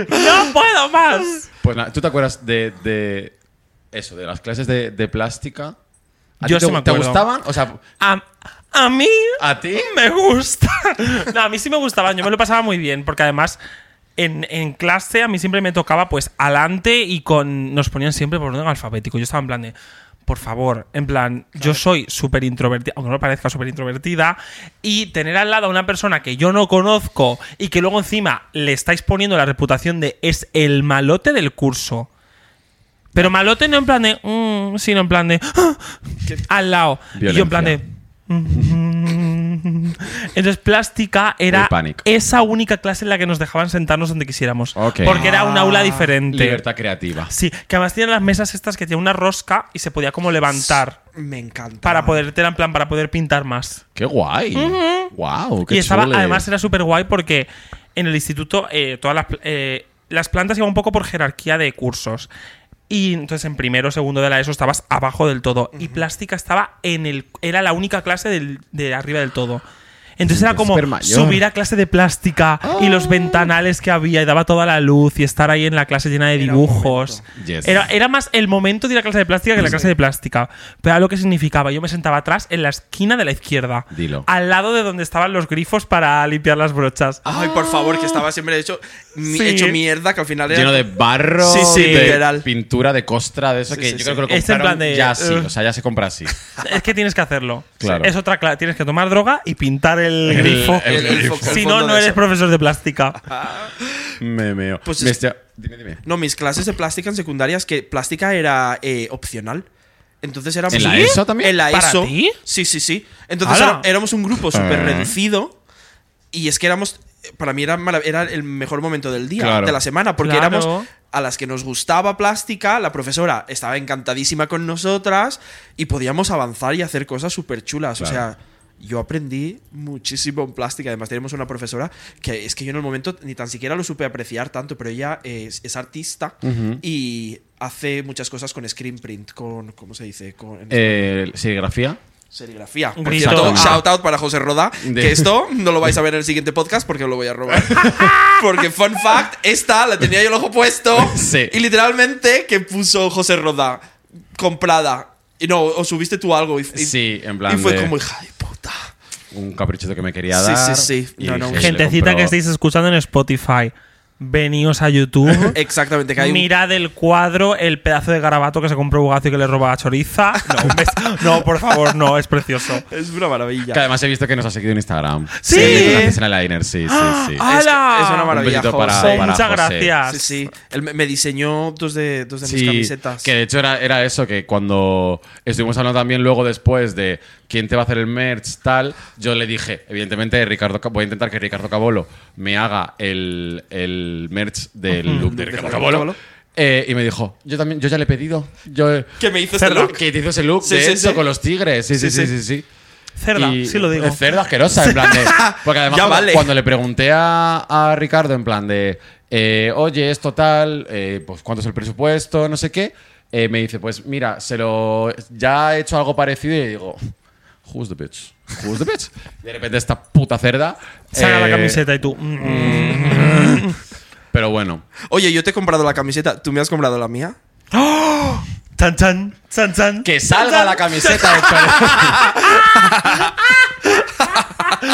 Speaker 1: ¡No puedo más!
Speaker 2: Pues nada, ¿tú te acuerdas de, de eso, de las clases de, de plástica? ¿A
Speaker 1: Yo
Speaker 2: ti te,
Speaker 1: sí me
Speaker 2: ¿Te
Speaker 1: acuerdo.
Speaker 2: gustaban? O sea,
Speaker 1: A, a mí
Speaker 2: ¿a ti?
Speaker 1: me gusta. No, a mí sí me gustaban. Yo me lo pasaba muy bien porque además en, en clase a mí siempre me tocaba pues adelante y con nos ponían siempre por orden alfabético. Yo estaba en plan de... Por favor, en plan, yo soy súper introvertida, aunque no me parezca súper introvertida, y tener al lado a una persona que yo no conozco y que luego encima le estáis poniendo la reputación de es el malote del curso. Pero malote no en plan de, mm, sino en plan de, "Ah", al lado. Y yo en plan de, entonces, plástica
Speaker 2: El
Speaker 1: era
Speaker 2: pánico.
Speaker 1: esa única clase en la que nos dejaban sentarnos donde quisiéramos.
Speaker 2: Ok.
Speaker 1: Porque era un aula diferente.
Speaker 2: Libertad creativa.
Speaker 1: Sí, que además tienen las mesas estas que tiene una rosca y se podía como levantar
Speaker 3: Me encanta.
Speaker 1: para poder, era en plan, para poder pintar más.
Speaker 2: ¡Qué guay! ¡Wow! Oh, ¡Qué
Speaker 1: y estaba,
Speaker 2: chule.
Speaker 1: además era súper guay porque en el instituto eh, todas las, pl- eh, las plantas iban un poco por jerarquía de cursos. Y entonces en primero, segundo de la ESO estabas abajo del todo. Y plástica estaba en el. Era la única clase del- de arriba del todo. Entonces era como
Speaker 2: Supermayor. Ah.
Speaker 1: subir a clase de plástica y los ventanales que había y daba toda la luz y estar ahí en la clase llena de
Speaker 3: Era un
Speaker 1: dibujos.
Speaker 2: Yes.
Speaker 1: Era, era más el momento de ir a clase de plástica que la clase de plástica. Pero era lo que significaba. Yo me sentaba atrás en la esquina de la izquierda.
Speaker 2: Dilo.
Speaker 1: Al lado de donde estaban los grifos para limpiar las brochas.
Speaker 2: Ah.
Speaker 3: Ay, por favor, que estaba siempre hecho, mi-
Speaker 1: Ah. Sí.
Speaker 3: hecho mierda, que al final era.
Speaker 2: Lleno de barro,
Speaker 3: Sí, sí,
Speaker 2: de
Speaker 3: literal.
Speaker 2: pintura, de costra, de eso
Speaker 3: Sí,
Speaker 2: que
Speaker 3: sí,
Speaker 2: yo
Speaker 3: sí.
Speaker 2: creo que lo
Speaker 1: Es Este en
Speaker 2: compraron
Speaker 1: plan de, uh.
Speaker 2: ya así.
Speaker 1: "Ugh".
Speaker 2: O sea, ya se compra así.
Speaker 1: es que tienes que hacerlo.
Speaker 2: Claro.
Speaker 1: Es otra clase. Tienes que tomar droga y pintar el,
Speaker 2: El-
Speaker 1: grifo.
Speaker 2: el
Speaker 3: grifo.
Speaker 1: si
Speaker 3: El
Speaker 1: no,
Speaker 3: fondo
Speaker 1: no
Speaker 3: de
Speaker 1: eres
Speaker 3: eso.
Speaker 1: profesor de plástica.
Speaker 2: Me meo.
Speaker 3: Pues
Speaker 2: Me
Speaker 3: es-
Speaker 2: estia- Dime, dime.
Speaker 3: No, mis clases de plástica en secundarias, que plástica era eh, opcional. Entonces éramos.
Speaker 2: ¿En la ESO también?
Speaker 3: En la
Speaker 1: ¿Para
Speaker 3: ESO.
Speaker 1: ti?
Speaker 3: Sí, sí, sí. Entonces
Speaker 1: ¡Hala!
Speaker 3: era- éramos un grupo súper
Speaker 2: Ah.
Speaker 3: reducido. Y es que éramos. Para mí era, marav- era el mejor momento del día,
Speaker 2: Claro.
Speaker 3: de la semana, porque
Speaker 1: Claro.
Speaker 3: éramos a las que nos gustaba plástica, la profesora estaba encantadísima con nosotras y podíamos avanzar y hacer cosas súper chulas. O
Speaker 2: Claro.
Speaker 3: sea, yo aprendí muchísimo en plástica. Además, tenemos una profesora que es que yo en el momento ni tan siquiera lo supe apreciar tanto, pero ella es, es artista y hace muchas cosas con screen print, con. ¿Cómo se dice? Con en
Speaker 2: Eh, serigrafía.
Speaker 3: serigrafía.
Speaker 1: un
Speaker 3: Por
Speaker 1: grito.
Speaker 3: cierto,
Speaker 2: Ah.
Speaker 3: shout out para José Roda,
Speaker 2: De-
Speaker 3: que esto no lo vais a ver en el siguiente podcast porque lo voy a robar. porque, fun fact, esta la tenía yo el ojo puesto
Speaker 2: Sí.
Speaker 3: y literalmente que puso José Roda comprada. Y no, o subiste tú algo y, y-
Speaker 2: Sí, en plan
Speaker 3: y fue
Speaker 2: de-
Speaker 3: como hija de puta.
Speaker 2: Un caprichito que me quería
Speaker 3: Sí,
Speaker 2: dar.
Speaker 3: sí, sí.
Speaker 2: y
Speaker 3: No, no,
Speaker 2: dije,
Speaker 3: un-
Speaker 2: le
Speaker 1: Gentecita
Speaker 2: compro-
Speaker 1: que estáis escuchando en Spotify. Veníos a YouTube.
Speaker 3: Exactamente, que hay un-
Speaker 1: Mirad el cuadro, el pedazo de garabato que se compró Bugazzo y que le roba a Choriza. No, un bes- no, por favor, no, es precioso.
Speaker 3: Es una maravilla.
Speaker 2: Que además he visto que nos ha seguido en Instagram.
Speaker 1: ¡Sí!
Speaker 2: Gracias en el liner, sí, sí, sí.
Speaker 1: Ah,
Speaker 3: Es,
Speaker 1: ¡Hala!
Speaker 3: es una
Speaker 1: Un
Speaker 3: maravilla.
Speaker 2: besito para-
Speaker 3: José.
Speaker 1: Oh, muchas
Speaker 2: José.
Speaker 1: gracias.
Speaker 3: Sí, sí. Él me- me diseñó dos de, dos de mis
Speaker 2: Sí,
Speaker 3: camisetas.
Speaker 2: Que de hecho era, era eso, que cuando estuvimos hablando también luego después de quién te va a hacer el merch, tal, yo le dije, evidentemente, Ricardo, Ca- voy a intentar que Ricardo Cabolo me haga el, el merch del look de
Speaker 3: de
Speaker 2: Ricardo
Speaker 3: Ricardo
Speaker 2: Cabolo.
Speaker 3: Cabolo.
Speaker 2: Eh, y me dijo, yo también, yo ya le he pedido. Yo,
Speaker 3: Que me hizo este
Speaker 2: Cerda,
Speaker 3: look.
Speaker 2: Que te hizo ese look
Speaker 3: Sí,
Speaker 2: de
Speaker 3: sí,
Speaker 2: Enzo
Speaker 3: sí.
Speaker 2: con los tigres. Sí, sí, sí,
Speaker 3: Sí,
Speaker 2: sí, sí.
Speaker 1: Cerda,
Speaker 2: Y-
Speaker 1: sí lo digo.
Speaker 2: eh, Cerda asquerosa, en plan de. Porque además,
Speaker 3: Ya
Speaker 2: cuando,
Speaker 3: vale.
Speaker 2: cuando le pregunté a, a Ricardo, en plan de. eh, Oye, es total, eh, pues cuánto es el presupuesto, no sé qué. eh, me dice, pues mira, se lo. Ya he hecho algo parecido y digo. Who's the bitch? Who's the bitch? Y de repente esta puta cerda.
Speaker 1: Saca la
Speaker 2: eh,
Speaker 1: camiseta y tú. mm, mm.
Speaker 2: Pero bueno.
Speaker 3: Oye, yo te he comprado la camiseta. ¿Tú me has comprado la mía?
Speaker 1: Chan, chan, chan, chan.
Speaker 2: Que
Speaker 1: Chan,
Speaker 2: salga
Speaker 1: chan.
Speaker 2: la camiseta de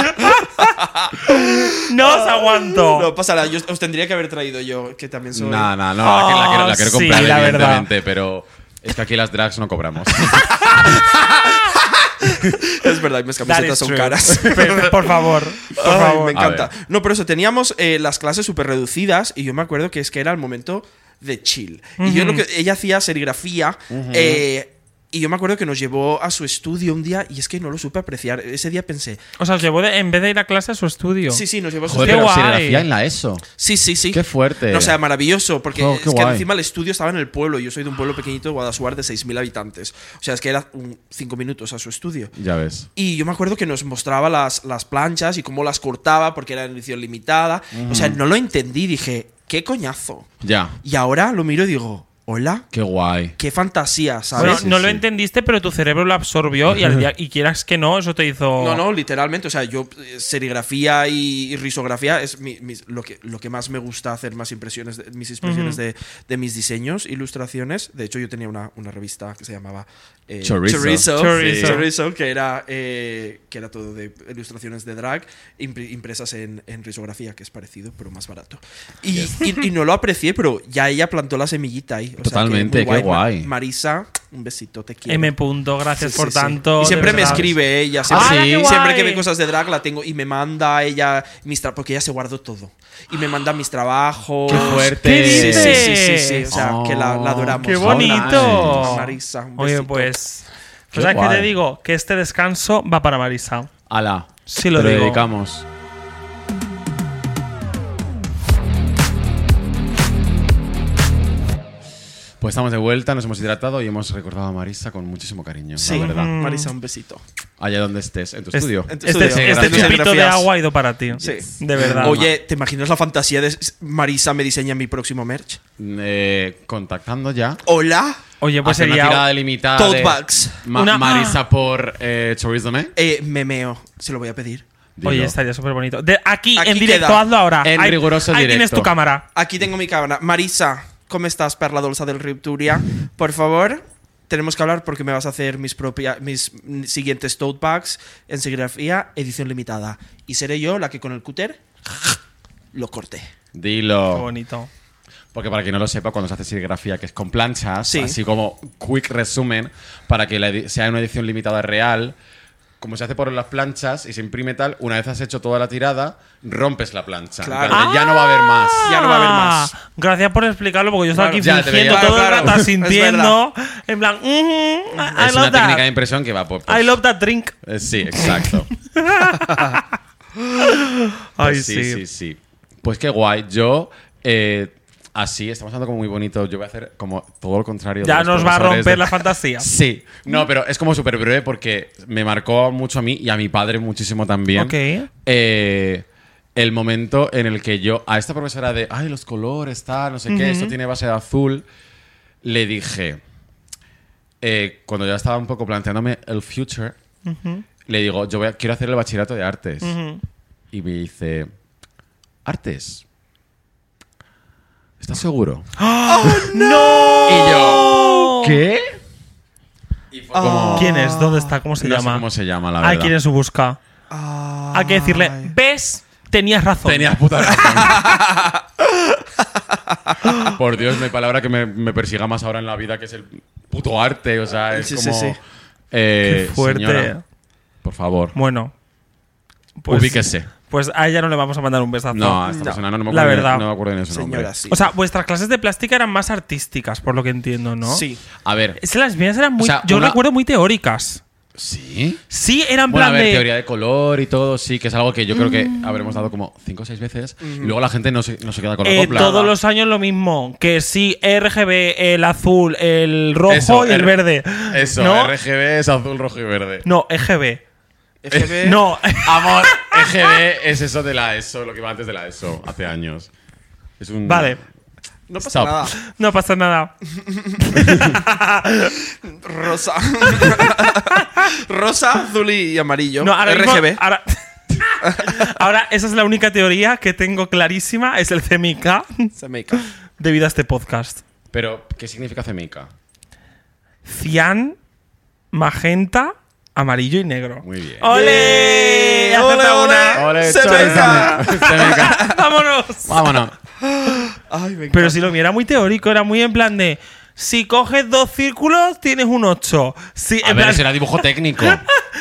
Speaker 2: Fer-
Speaker 1: No os aguanto.
Speaker 3: No, pasará. Yo os tendría que haber traído yo, que también soy.
Speaker 2: No, no, no. La, que- la quiero, la quiero
Speaker 1: Ah,
Speaker 2: comprar,
Speaker 1: sí, la verdad.
Speaker 2: evidentemente, pero. Es que aquí las drags no cobramos.
Speaker 3: Es verdad, mis
Speaker 1: That
Speaker 3: camisetas
Speaker 1: is
Speaker 3: son
Speaker 1: true.
Speaker 3: caras.
Speaker 1: Pero, por favor, por
Speaker 3: Ay,
Speaker 1: favor.
Speaker 3: Me encanta.
Speaker 2: A ver.
Speaker 3: No, pero eso, teníamos eh, las clases súper reducidas y yo me acuerdo que es que era el momento de chill. Y yo lo que ella hacía serigrafía. eh, y yo me acuerdo que nos llevó a su estudio un día y es que no lo supe apreciar. Ese día pensé,
Speaker 1: O sea, os llevó de- en vez de ir a clase a su estudio.
Speaker 3: sí, sí, nos llevó a su
Speaker 2: Joder,
Speaker 1: Qué
Speaker 2: pero
Speaker 1: guay.
Speaker 2: serigrafía en la ESO.
Speaker 3: Sí, sí, sí.
Speaker 2: Qué fuerte.
Speaker 3: No, o sea, maravilloso, porque
Speaker 2: Oh,
Speaker 3: es
Speaker 2: qué
Speaker 3: que
Speaker 2: guay.
Speaker 3: encima el estudio estaba en el pueblo. Yo soy de un pueblo pequeñito de Guadasuar de 6.000 habitantes. O sea, es que era un- cinco minutos a su estudio.
Speaker 2: Ya ves.
Speaker 3: Y yo me acuerdo que nos mostraba las, las planchas y cómo las cortaba, porque era en edición limitada. O sea, no lo entendí. Dije, qué coñazo.
Speaker 2: Ya.
Speaker 3: Y ahora lo miro y digo, hola,
Speaker 2: Qué guay.
Speaker 3: qué fantasía, ¿sabes?
Speaker 1: Bueno,
Speaker 2: Sí, sí,
Speaker 1: no lo
Speaker 2: sí.
Speaker 1: entendiste, pero tu cerebro lo absorbió y, al día, y quieras que no, eso te hizo.
Speaker 3: No, no, literalmente. O sea, yo eh, serigrafía y, y risografía es mi- mis- lo, que, lo que más me gusta hacer, más impresiones, de- mis impresiones de, de mis diseños, ilustraciones. De hecho, yo tenía una, una revista que se llamaba eh,
Speaker 2: Chorizo.
Speaker 3: Chorizo,
Speaker 1: Chorizo.
Speaker 3: Sí. Chorizo, que era eh, que era todo de ilustraciones de drag impre- impresas en, en risografía, que es parecido, pero más barato. Y, y- y no lo aprecié, pero ya ella plantó la semillita ahí. O sea, que
Speaker 2: Totalmente,
Speaker 3: muy
Speaker 2: qué guay.
Speaker 3: Ma- Marisa, un besito, te quiero.
Speaker 1: M. Punto, gracias
Speaker 3: Sí,
Speaker 1: por
Speaker 3: sí, sí.
Speaker 1: tanto.
Speaker 3: Y
Speaker 1: de
Speaker 3: siempre me
Speaker 1: verdad.
Speaker 3: escribe ella.
Speaker 1: Ah,
Speaker 2: sí.
Speaker 1: qué
Speaker 3: Siempre,
Speaker 1: guay.
Speaker 3: siempre que ve cosas de drag la tengo y me manda ella mis tra- porque ella se guardó todo. Y me manda mis trabajos.
Speaker 2: Qué fuerte.
Speaker 1: ¿Qué
Speaker 3: Sí, sí,
Speaker 1: dices?
Speaker 3: sí, sí, sí, sí. O sea,
Speaker 2: Oh,
Speaker 3: que la, la adoramos.
Speaker 1: ¡Qué
Speaker 2: Vamos,
Speaker 1: bonito!
Speaker 2: hola.
Speaker 3: Marisa, un
Speaker 1: Oye,
Speaker 3: besito.
Speaker 1: pues.
Speaker 2: Qué
Speaker 1: pues ¿Sabes qué
Speaker 2: guay.
Speaker 1: te digo? Que este descanso va para Marisa.
Speaker 2: Ala.
Speaker 1: Sí lo
Speaker 2: Te
Speaker 1: digo.
Speaker 2: dedicamos. Pues estamos de vuelta, nos hemos hidratado y hemos recordado a Marisa con muchísimo cariño,
Speaker 3: Sí,
Speaker 2: la verdad.
Speaker 3: Marisa, un besito.
Speaker 2: Allá donde estés, en tu
Speaker 1: Es-
Speaker 2: estudio.
Speaker 3: en tu
Speaker 1: Este,
Speaker 3: estudio.
Speaker 1: este
Speaker 2: Gracias.
Speaker 1: chupito de
Speaker 3: Gracias.
Speaker 1: agua ha ido para ti.
Speaker 3: Sí.
Speaker 1: De verdad.
Speaker 3: Oye, ¿te imaginas la fantasía de s- Marisa me diseña mi próximo merch?
Speaker 2: Eh, contactando ya.
Speaker 3: Hola,
Speaker 1: Oye, pues
Speaker 2: Hacer una tirada
Speaker 1: sería.
Speaker 2: delimitada
Speaker 3: Tote
Speaker 2: de
Speaker 3: bags.
Speaker 2: Ma-
Speaker 1: Una-
Speaker 2: Marisa por eh, Chorizo Mé.
Speaker 3: eh, memeo. Se lo voy a pedir.
Speaker 2: Dilo.
Speaker 1: Oye, estaría súper bonito. De- aquí,
Speaker 3: Aquí
Speaker 1: en directo,
Speaker 3: queda.
Speaker 1: hazlo ahora.
Speaker 2: En riguroso
Speaker 1: ahí tienes
Speaker 2: directo.
Speaker 1: tu cámara.
Speaker 3: Aquí tengo mi cámara. Marisa, ¿cómo estás, perla dolsa del Ripturia? Por favor, tenemos que hablar porque me vas a hacer mis, propia, mis mm, siguientes tote bags en serigrafía edición limitada. Y seré yo la que con el cúter lo corte. Oh.
Speaker 1: Qué
Speaker 2: Dilo.
Speaker 1: bonito.
Speaker 2: Porque para quien no lo sepa, cuando se hace serigrafía, que es con planchas,
Speaker 3: Sí.
Speaker 2: así como quick resumen, para que la edi- sea una edición limitada real, como se hace por las planchas y se imprime tal, una vez has hecho toda la tirada, rompes la plancha.
Speaker 3: Claro.
Speaker 2: Entonces, ya no va a haber más.
Speaker 3: Ya no va a haber más.
Speaker 1: Ah, Gracias por explicarlo, porque yo estaba
Speaker 3: Claro.
Speaker 1: aquí
Speaker 2: Ya, te
Speaker 1: fingiendo
Speaker 2: veía.
Speaker 1: todo
Speaker 3: Claro,
Speaker 1: el rato,
Speaker 3: claro.
Speaker 1: sintiendo. En plan, "Mhm, I
Speaker 2: es
Speaker 1: love
Speaker 2: una técnica de
Speaker 1: that.
Speaker 2: impresión que va por...
Speaker 1: I love that drink.
Speaker 2: Eh, Sí, exacto. Pues
Speaker 1: Ay,
Speaker 2: sí,
Speaker 1: sí.
Speaker 2: sí, sí. Pues qué guay. Yo, eh, así, estamos hablando como muy bonito. Yo voy a hacer como todo lo contrario. de
Speaker 1: Ya
Speaker 2: los
Speaker 1: nos va a
Speaker 2: profesores
Speaker 1: romper
Speaker 2: de-
Speaker 1: la fantasía.
Speaker 2: Sí,
Speaker 1: Mm.
Speaker 2: no, pero es como súper breve porque me marcó mucho a mí y a mi padre muchísimo también.
Speaker 1: Ok.
Speaker 2: Eh, el momento en el que yo a esta profesora de, ay, los colores, tal, no sé qué, esto tiene base de azul, le dije, eh, cuando ya estaba un poco planteándome el future, le digo, yo voy a- quiero hacer el bachillerato de artes. Y me dice, artes. ¿Estás seguro?
Speaker 1: ¡Ah! ¡No!
Speaker 2: Y yo, ¿qué? Y fue como,
Speaker 1: ¿Quién es? ¿Dónde está? ¿Cómo Ah. se
Speaker 2: no
Speaker 1: llama?
Speaker 2: sé cómo se llama, la
Speaker 1: Ay,
Speaker 2: verdad.
Speaker 1: ¿quién es su busca? Ah. Hay que decirle, ¿ves? Tenías razón.
Speaker 2: Tenías puta razón. Por Dios, no hay palabra que me, me persiga más ahora en la vida que es el puto arte. O sea, es
Speaker 3: Sí, sí,
Speaker 2: como.
Speaker 3: sí.
Speaker 2: eh,
Speaker 1: Qué fuerte.
Speaker 2: señora, por favor,
Speaker 1: Bueno.
Speaker 2: ubíquese.
Speaker 1: Pues a ella no le vamos a mandar un besazo.
Speaker 2: No, a esta
Speaker 3: No.
Speaker 2: persona no, no me
Speaker 1: La
Speaker 2: acuerdo, ni-
Speaker 1: verdad.
Speaker 2: no me acuerdo ni de su
Speaker 3: Señora, sí.
Speaker 1: O sea, vuestras clases de plástica eran más artísticas, por lo que entiendo, ¿no?
Speaker 3: Sí.
Speaker 2: nombre. A ver,
Speaker 1: Es que las mías eran muy.
Speaker 2: O sea,
Speaker 1: yo
Speaker 2: una-
Speaker 1: recuerdo muy teóricas.
Speaker 2: ¿sí?
Speaker 1: Sí, eran
Speaker 2: Bueno, a
Speaker 1: plan
Speaker 2: ver,
Speaker 1: de. Mm.
Speaker 2: teoría de color y todo, sí, que es algo que yo creo que habremos dado como cinco o seis veces. Y luego la gente no se, no se queda con la
Speaker 1: eh,
Speaker 2: copla.
Speaker 1: todos los años lo mismo. Que sí, RGB, el azul, el rojo
Speaker 2: Eso,
Speaker 1: y el
Speaker 2: R-
Speaker 1: verde.
Speaker 2: Eso,
Speaker 1: ¿No?
Speaker 2: RGB es azul, rojo y verde.
Speaker 1: No, EGB.
Speaker 2: Eh.
Speaker 3: FB,
Speaker 1: Eh, No.
Speaker 2: Amor, EGB es eso de la ESO, lo que va antes de la ESO, hace años. Es un.
Speaker 1: vale.
Speaker 3: no pasa
Speaker 2: Stop.
Speaker 3: nada.
Speaker 1: No pasa nada.
Speaker 3: Rosa. Rosa, azul y amarillo.
Speaker 1: No, ahora mismo-
Speaker 3: RGB.
Speaker 1: ahora, Ahora, esa es la única teoría que tengo clarísima. Es el CMYK
Speaker 3: Se me cae.
Speaker 1: debido a este podcast.
Speaker 2: Pero, ¿qué significa CMYK?
Speaker 1: Cian, magenta, amarillo y negro.
Speaker 2: Muy bien.
Speaker 1: ¡Ole!
Speaker 3: Yay.
Speaker 1: ¡Ole,
Speaker 3: Ole, ole.
Speaker 2: Ole,
Speaker 3: CMYK.
Speaker 2: chorizo. CMYK.
Speaker 1: vámonos
Speaker 2: Vámonos.
Speaker 3: Ay, me encanta.
Speaker 1: Pero si lo mira muy teórico, era muy en plan de... Si coges dos círculos, tienes un 8. Si,
Speaker 2: A ver,
Speaker 1: en plan-
Speaker 2: eso era dibujo técnico.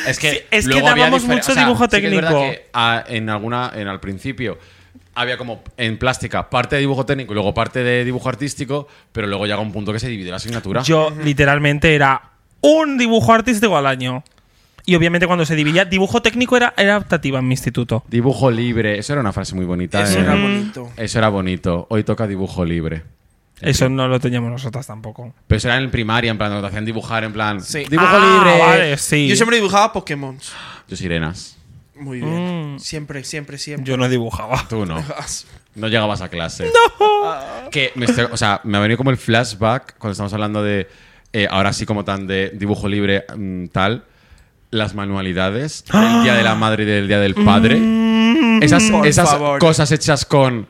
Speaker 2: Es que,
Speaker 1: Sí, es que
Speaker 2: luego había
Speaker 1: dábamos
Speaker 2: diferen-
Speaker 1: mucho dibujo
Speaker 2: sí que es verdad
Speaker 1: técnico.
Speaker 2: que, ah, en alguna, en al principio había como en plástica parte de dibujo técnico y luego parte de dibujo artístico, pero luego llega un punto que se divide la asignatura.
Speaker 1: Yo literalmente era un dibujo artístico al año. Y obviamente cuando se dividía, dibujo técnico era, era optativa en mi instituto.
Speaker 2: Dibujo libre, eso era una frase muy bonita.
Speaker 3: Eso
Speaker 2: eh.
Speaker 3: era bonito.
Speaker 2: Eso era bonito. Hoy toca dibujo libre.
Speaker 1: Eso no lo teníamos nosotras tampoco.
Speaker 2: Pero eso era en primaria, en plan, cuando te hacían dibujar, en plan.
Speaker 3: Sí.
Speaker 2: Dibujo
Speaker 1: Ah,
Speaker 2: libre.
Speaker 1: Vale, sí.
Speaker 3: Yo siempre dibujaba Pokémon.
Speaker 2: Yo sirenas.
Speaker 3: Muy bien. Siempre, siempre, siempre.
Speaker 1: Mm. Yo no dibujaba.
Speaker 2: Tú no.
Speaker 3: As-
Speaker 2: No llegabas a clase. ¡No! Que me estoy- o sea, me ha venido como el flashback cuando estamos hablando de. eh, ahora sí, como tan de dibujo libre, mm, tal. Las manualidades. El día de la madre y del día del padre.
Speaker 1: Mm.
Speaker 2: Esas,
Speaker 3: Por
Speaker 2: esas
Speaker 3: favor.
Speaker 2: cosas hechas con.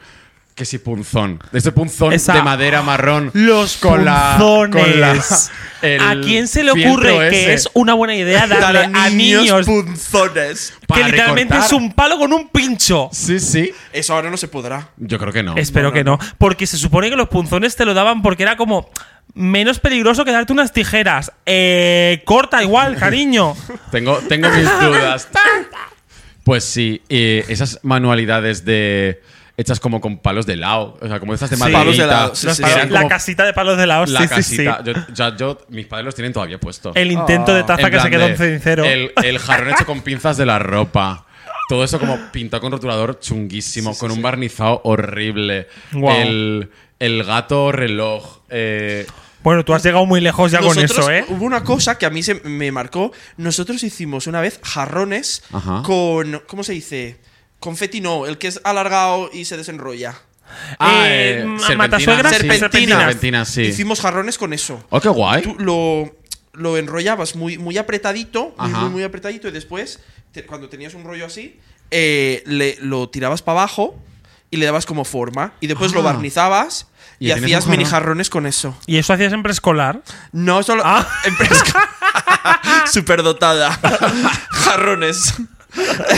Speaker 2: Que si punzón. De este punzón
Speaker 1: Esa-
Speaker 2: de madera marrón.
Speaker 1: Los
Speaker 2: con la- con la-
Speaker 1: punzones.
Speaker 2: el
Speaker 1: ¿A quién se le
Speaker 2: fieltro
Speaker 1: ocurre
Speaker 2: ese?
Speaker 1: que es una buena idea darle
Speaker 3: Para
Speaker 1: a niños
Speaker 3: punzones.
Speaker 1: que
Speaker 2: Para
Speaker 1: literalmente
Speaker 2: recortar.
Speaker 1: es un palo con un pincho?
Speaker 2: Sí, sí.
Speaker 3: Eso ahora no se podrá.
Speaker 2: Yo creo que no.
Speaker 1: Espero que no. Porque se supone que los punzones te lo daban porque era como menos peligroso que darte unas tijeras. Eh, corta igual, cariño.
Speaker 2: Tengo, tengo mis dudas. Pues sí, eh, esas manualidades de hechas como con palos de lado, o sea, como estas de
Speaker 1: Sí.
Speaker 2: maderita,
Speaker 3: Palos de lado, sí,
Speaker 2: que
Speaker 1: Los
Speaker 3: sí,
Speaker 1: palos-
Speaker 2: eran
Speaker 1: la
Speaker 2: como
Speaker 1: casita de palos de la
Speaker 2: la
Speaker 1: hostia. sí, sí,
Speaker 2: casita.
Speaker 1: sí.
Speaker 2: Yo, ya- yo- mis padres los tienen todavía puestos.
Speaker 1: El intento de taza
Speaker 2: En
Speaker 1: que se
Speaker 2: plan
Speaker 1: quedó
Speaker 2: de
Speaker 1: en cenicero.
Speaker 2: El, el jarrón hecho con pinzas de la ropa. Todo eso como pintado con rotulador chunguísimo, con un barnizado horrible.
Speaker 1: Guau.
Speaker 2: El, el gato reloj. eh,
Speaker 1: Bueno, tú has llegado muy lejos ya con
Speaker 3: Nosotros-
Speaker 1: eso, ¿eh?
Speaker 3: Hubo una cosa que a mí se me marcó. Nosotros hicimos una vez jarrones
Speaker 2: Ajá.
Speaker 3: con. ¿Cómo se dice? Confeti no, el que es alargado y se desenrolla.
Speaker 1: Eh, ma-
Speaker 2: serpentinas,
Speaker 1: matasuegras,
Speaker 2: ah, sí.
Speaker 1: serpentinas.
Speaker 2: Serpentinas, sí.
Speaker 3: Hicimos jarrones con eso.
Speaker 2: Oh, qué guay.
Speaker 3: Tú lo, lo enrollabas muy, muy apretadito, muy,
Speaker 2: Ajá.
Speaker 3: muy, muy apretadito, y después, te- cuando tenías un rollo así, eh, le, lo tirabas para abajo y le dabas como forma. Y después
Speaker 2: Ah.
Speaker 3: lo barnizabas
Speaker 2: Y
Speaker 3: y,
Speaker 2: tenías
Speaker 3: hacías
Speaker 2: un jarrón.
Speaker 3: mini jarrones con eso.
Speaker 1: Y eso hacías en preescolar.
Speaker 3: No, solo.
Speaker 1: Ah.
Speaker 3: Superdotada. jarrones.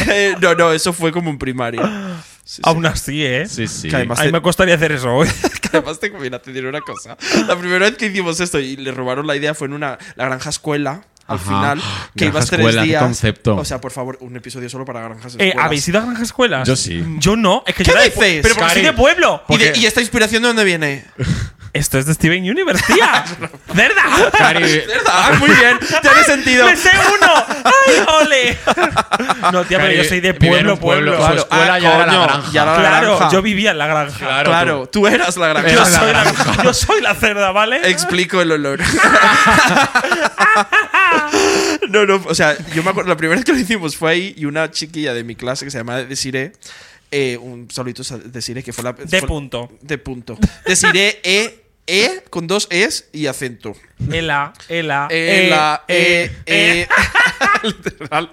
Speaker 3: Eh, no, no, eso fue como un primario. Sí, sí.
Speaker 1: Aún así, ¿eh?
Speaker 2: Sí, sí.
Speaker 3: Que además-
Speaker 1: A mí me costaría hacer eso hoy.
Speaker 3: Que además te, mira, te diré una cosa. La primera vez que hicimos esto y le robaron la idea fue en una la granja escuela. Al
Speaker 2: Ajá.
Speaker 3: final,
Speaker 2: Granja
Speaker 3: que ibas tres
Speaker 2: escuela, qué
Speaker 3: días.
Speaker 2: concepto.
Speaker 3: O sea, por favor, un episodio solo para granjas
Speaker 1: Eh,
Speaker 3: escuelas.
Speaker 1: ¿Habéis ido a granjas escuelas?
Speaker 2: Yo sí.
Speaker 1: Yo no. Es que
Speaker 3: ¿Qué
Speaker 1: yo era de
Speaker 3: dices,
Speaker 1: pue- Pero porque soy
Speaker 2: Cari?
Speaker 1: de pueblo.
Speaker 3: ¿Y, de-
Speaker 2: Porque-
Speaker 3: y esta inspiración de dónde viene?
Speaker 1: Esto es de Steven Universe, tía. ¡Cerda!
Speaker 2: Cari,
Speaker 3: Ah, ¿Verdad? Muy bien, tiene sentido.
Speaker 1: ¡Me sé uno! ¡Ay, ole! No, tía, pero
Speaker 2: Cari,
Speaker 1: yo soy de
Speaker 2: vive en
Speaker 1: pueblo,
Speaker 2: un pueblo.
Speaker 1: pueblo.
Speaker 2: Su escuela ah, ya era la granja.
Speaker 3: ya era la
Speaker 1: Claro,
Speaker 3: granja.
Speaker 1: yo vivía en la granja.
Speaker 2: Claro,
Speaker 3: Claro, tú. eras la granja.
Speaker 1: Yo,
Speaker 2: Era la
Speaker 1: soy la, yo soy la cerda, ¿vale?
Speaker 3: Explico el olor. no, no, o sea, yo me acuerdo, la primera vez que lo hicimos fue ahí y una chiquilla de mi clase que se llama Desiree, eh, un saludito a Desiree que fue la...
Speaker 1: de
Speaker 3: fue-
Speaker 1: punto.
Speaker 3: De punto. Desiree E, E con dos Es y acento.
Speaker 1: Ela, ela,
Speaker 3: E, la, E,
Speaker 1: eh.
Speaker 3: E. Literal.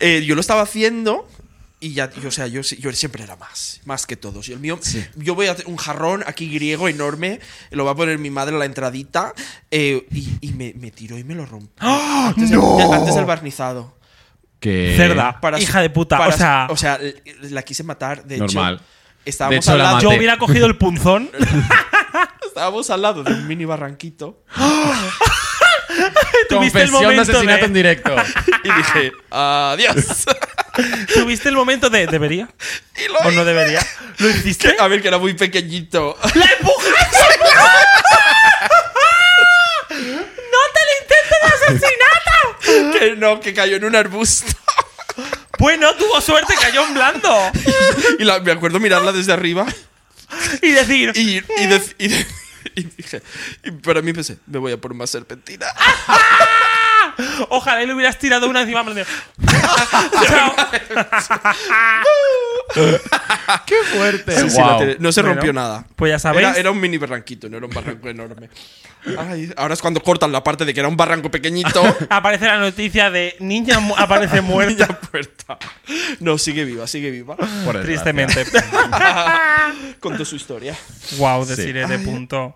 Speaker 3: Eh, yo lo estaba haciendo y ya, y, o sea, yo, sí- yo siempre era más, más que todos. Y el mío, yo voy a hacer un jarrón aquí griego enorme, lo va a poner mi madre a la entradita eh, y, y me, me tiró y me lo rompió.
Speaker 1: ¡Ah!
Speaker 3: Antes, del- antes del barnizado.
Speaker 2: que-
Speaker 1: Cerda. Hija de puta, o sea-
Speaker 3: o sea, l- la quise matar, de hecho.
Speaker 2: Normal.
Speaker 3: Estábamos,
Speaker 2: hecho,
Speaker 3: al
Speaker 2: la
Speaker 3: lado,
Speaker 1: Yo
Speaker 2: Mate.
Speaker 1: hubiera cogido el punzón.
Speaker 3: estábamos al lado de un mini barranquito
Speaker 1: Tuviste el
Speaker 2: Confesión de
Speaker 1: momento
Speaker 2: asesinato
Speaker 1: de-
Speaker 2: en directo.
Speaker 3: y dije, adiós.
Speaker 1: Tuviste el momento de. ¿Debería?
Speaker 3: y lo
Speaker 1: ¿O no debería? ¿Lo hiciste?
Speaker 3: hice. A ver, que era muy pequeñito.
Speaker 1: ¡La empujaste! ¡No te lo intentes asesinato!
Speaker 3: que no, que cayó en un arbusto.
Speaker 1: Bueno, tuvo suerte, cayó en blando.
Speaker 3: y la- me acuerdo mirarla desde arriba
Speaker 1: Y decir.
Speaker 3: y, y, dec- y de- y dije, y para mí pensé, me voy a por más serpentina.
Speaker 1: Ojalá y le hubieras tirado una encima. en plan de- Chao.
Speaker 2: ¡Qué fuerte!
Speaker 3: Sí, sí, la tele- no se
Speaker 1: Ah, Bueno,
Speaker 3: rompió nada.
Speaker 1: pues ya sabéis.
Speaker 3: Era, era un mini barranquito, no era un barranco enorme. Ay, ahora es cuando cortan la parte de que era un barranco pequeñito.
Speaker 1: Aparece la noticia de niña mu- aparece
Speaker 3: Niña
Speaker 1: muerta.
Speaker 3: puerta. No, sigue viva, sigue viva.
Speaker 2: Por desgracia.
Speaker 1: Tristemente.
Speaker 3: Contó su historia.
Speaker 1: wow,
Speaker 2: Sí.
Speaker 1: deciré de punto.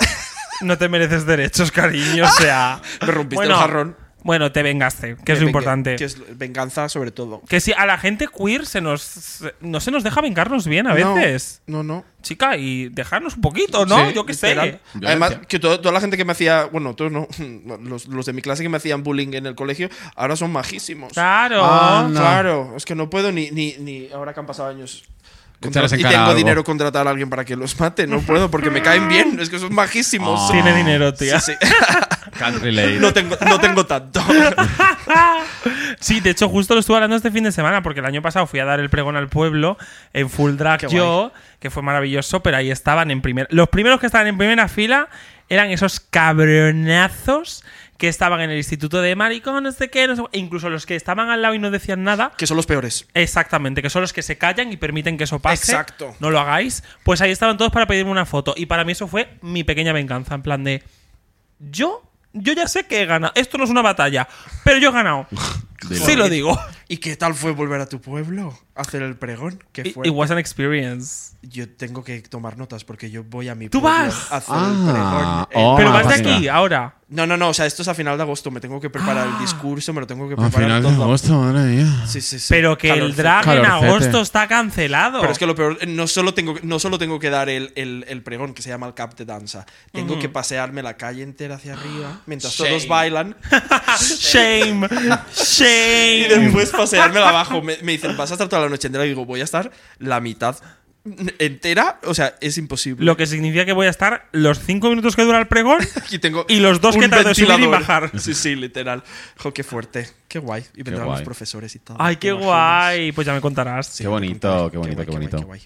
Speaker 1: No te mereces derechos, cariño. O sea.
Speaker 3: Me rompiste el jarrón.
Speaker 1: Bueno, te vengaste, que es lo
Speaker 3: Venga,
Speaker 1: importante.
Speaker 3: Que es lo- venganza sobre todo.
Speaker 1: Que si a la gente queer se nos se- no se nos deja vengarnos bien a veces.
Speaker 3: No, no. no.
Speaker 1: Chica, y dejarnos un poquito, ¿no?
Speaker 3: Sí,
Speaker 1: Yo qué sé.
Speaker 3: literal.
Speaker 2: Violencia.
Speaker 3: Además, que todo- toda la gente que me hacía, bueno, todos no, los, los de mi clase que me hacían bullying en el colegio, ahora son majísimos.
Speaker 1: Claro.
Speaker 2: Ah, no.
Speaker 3: Claro, es que no puedo ni, ni, ni ahora que han pasado años.
Speaker 2: Echarles en
Speaker 3: y
Speaker 2: cara
Speaker 3: tengo
Speaker 2: algo.
Speaker 3: dinero contratar a alguien para que los mate, no puedo porque me caen bien, es que son majísimos.
Speaker 2: Ah.
Speaker 1: Tiene dinero, tía. Sí,
Speaker 3: Sí,
Speaker 2: Can't
Speaker 3: sí.
Speaker 2: relate.
Speaker 3: No, tengo, no tengo tanto.
Speaker 1: de hecho, justo lo estuve hablando este fin de semana, porque el año pasado fui a dar el pregón al pueblo en full drag
Speaker 3: Qué guay.
Speaker 1: yo, que fue maravilloso, pero ahí estaban en primera. Los primeros que estaban en primera fila eran esos cabronazos que estaban en el instituto de maricón, no sé qué, no sé- e incluso los que estaban al lado y no decían nada.
Speaker 3: que son los peores.
Speaker 1: Exactamente, que son los que se callan y permiten que eso pase.
Speaker 3: Exacto.
Speaker 1: No lo hagáis. Pues ahí estaban todos para pedirme una foto. Y para mí eso fue mi pequeña venganza. En plan de. Yo. Yo ya sé que he ganado. Esto no es una batalla. Pero yo he ganado.
Speaker 2: Dilo.
Speaker 1: sí lo digo.
Speaker 3: ¿Y qué tal fue volver a tu pueblo? a Hacer el pregón. ¿Qué
Speaker 1: It,
Speaker 3: fue?
Speaker 1: it was an experience.
Speaker 3: Yo tengo que tomar notas porque yo voy a mi
Speaker 1: ¡Tú
Speaker 3: pueblo
Speaker 1: vas!
Speaker 3: a hacer
Speaker 2: Ah,
Speaker 3: el pregón.
Speaker 2: oh,
Speaker 1: pero
Speaker 2: Ah,
Speaker 1: más de
Speaker 2: venga.
Speaker 1: aquí, ahora.
Speaker 3: No, no, no, o sea, esto es a final de agosto. Me tengo que preparar el discurso, me lo tengo que
Speaker 2: Ah. A
Speaker 3: preparar
Speaker 2: final de
Speaker 3: todo.
Speaker 2: agosto, madre mía.
Speaker 3: Sí, sí, sí.
Speaker 1: Pero que el
Speaker 3: Calorcito.
Speaker 1: drag en
Speaker 2: Calorcete.
Speaker 1: agosto está cancelado.
Speaker 3: Pero es que lo peor, eh, no solo tengo, no solo tengo que dar el, el- el pregón, que se llama el cap de danza. Tengo que pasearme la calle entera hacia
Speaker 1: Ah,
Speaker 3: arriba, mientras todos
Speaker 2: Shame.
Speaker 3: bailan,
Speaker 1: Shame.
Speaker 3: y
Speaker 1: Shame.
Speaker 3: después paseármela abajo. Me, me dicen, vas a estar toda la noche entera. Y digo, voy a estar la mitad entera. O sea, es imposible.
Speaker 1: Lo que significa que voy a estar los cinco minutos que dura el pregón.
Speaker 3: y, tengo
Speaker 1: y los dos
Speaker 3: un
Speaker 1: que tardo en subir y
Speaker 3: ventilador.
Speaker 1: bajar.
Speaker 3: Sí, sí, literal. Jo, qué fuerte. Qué guay. Y vendrán los
Speaker 2: guay.
Speaker 3: profesores y todo.
Speaker 1: Ay,
Speaker 3: ¿te
Speaker 1: qué
Speaker 3: imaginas?
Speaker 1: guay. Pues ya me contarás.
Speaker 2: Qué bonito, qué bonito,
Speaker 3: guay,
Speaker 2: qué
Speaker 3: guay,
Speaker 2: bonito.
Speaker 3: guay.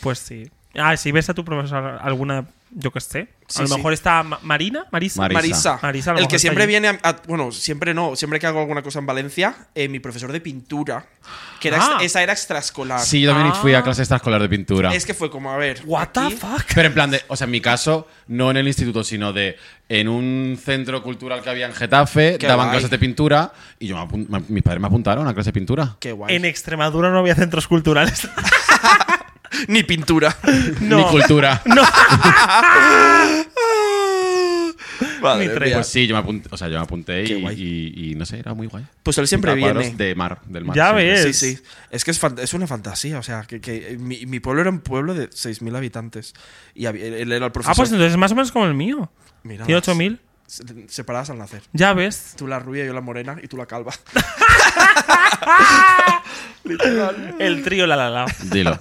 Speaker 1: Pues sí. Ah, si ves a tu profesor alguna, yo que sé.
Speaker 3: Sí,
Speaker 1: a lo
Speaker 3: sí.
Speaker 1: mejor está Ma- Marina, Marisa.
Speaker 2: Mari.
Speaker 3: Marisa.
Speaker 2: Marisa.
Speaker 1: Marisa, a lo
Speaker 3: el
Speaker 1: mejor
Speaker 3: que
Speaker 1: está
Speaker 3: siempre
Speaker 1: allí.
Speaker 3: viene a, a- Bueno, siempre no. Siempre que hago alguna cosa en Valencia, eh, mi profesor de pintura, que era,
Speaker 1: Ah.
Speaker 3: ex- esa era extraescolar.
Speaker 2: Sí, yo también
Speaker 1: Ah.
Speaker 2: fui a clase extraescolar de pintura.
Speaker 3: Es que fue como, a ver.
Speaker 1: What the
Speaker 3: aquí-
Speaker 1: fuck?
Speaker 2: Pero en plan de, o sea, en mi caso, no en el instituto, sino de en un centro cultural que había en Getafe,
Speaker 3: Qué
Speaker 2: daban
Speaker 3: guay.
Speaker 2: clases de pintura y yo me apun- me- mis padres me apuntaron a clase de pintura.
Speaker 3: Qué guay.
Speaker 1: En Extremadura no había centros culturales.
Speaker 3: Ni pintura.
Speaker 2: Ni
Speaker 1: no.
Speaker 2: cultura.
Speaker 1: No.
Speaker 3: Madre
Speaker 1: Ni tres.
Speaker 3: mía.
Speaker 2: Pues sí, yo me apunté, o sea, yo me apunté
Speaker 3: Qué
Speaker 2: y,
Speaker 3: guay.
Speaker 2: y- y no sé, era muy guay.
Speaker 3: Pues él siempre
Speaker 2: A cuadros
Speaker 3: viene.
Speaker 2: De mar, del mar.
Speaker 1: Ya
Speaker 2: siempre.
Speaker 1: ves.
Speaker 3: Sí, sí. Es que es, fan- es una fantasía. O sea, que, que eh, mi, mi pueblo era un pueblo de 6.000 habitantes. Y había- él era el
Speaker 1: Ah, pues
Speaker 3: profesor.
Speaker 1: entonces es más o menos como el mío.
Speaker 3: Mira,
Speaker 1: Tiene 8000.
Speaker 3: se- Separadas al nacer.
Speaker 1: Ya ves.
Speaker 3: Tú la rubia, yo la morena y tú la calva.
Speaker 1: El trío la la la.
Speaker 2: Dilo.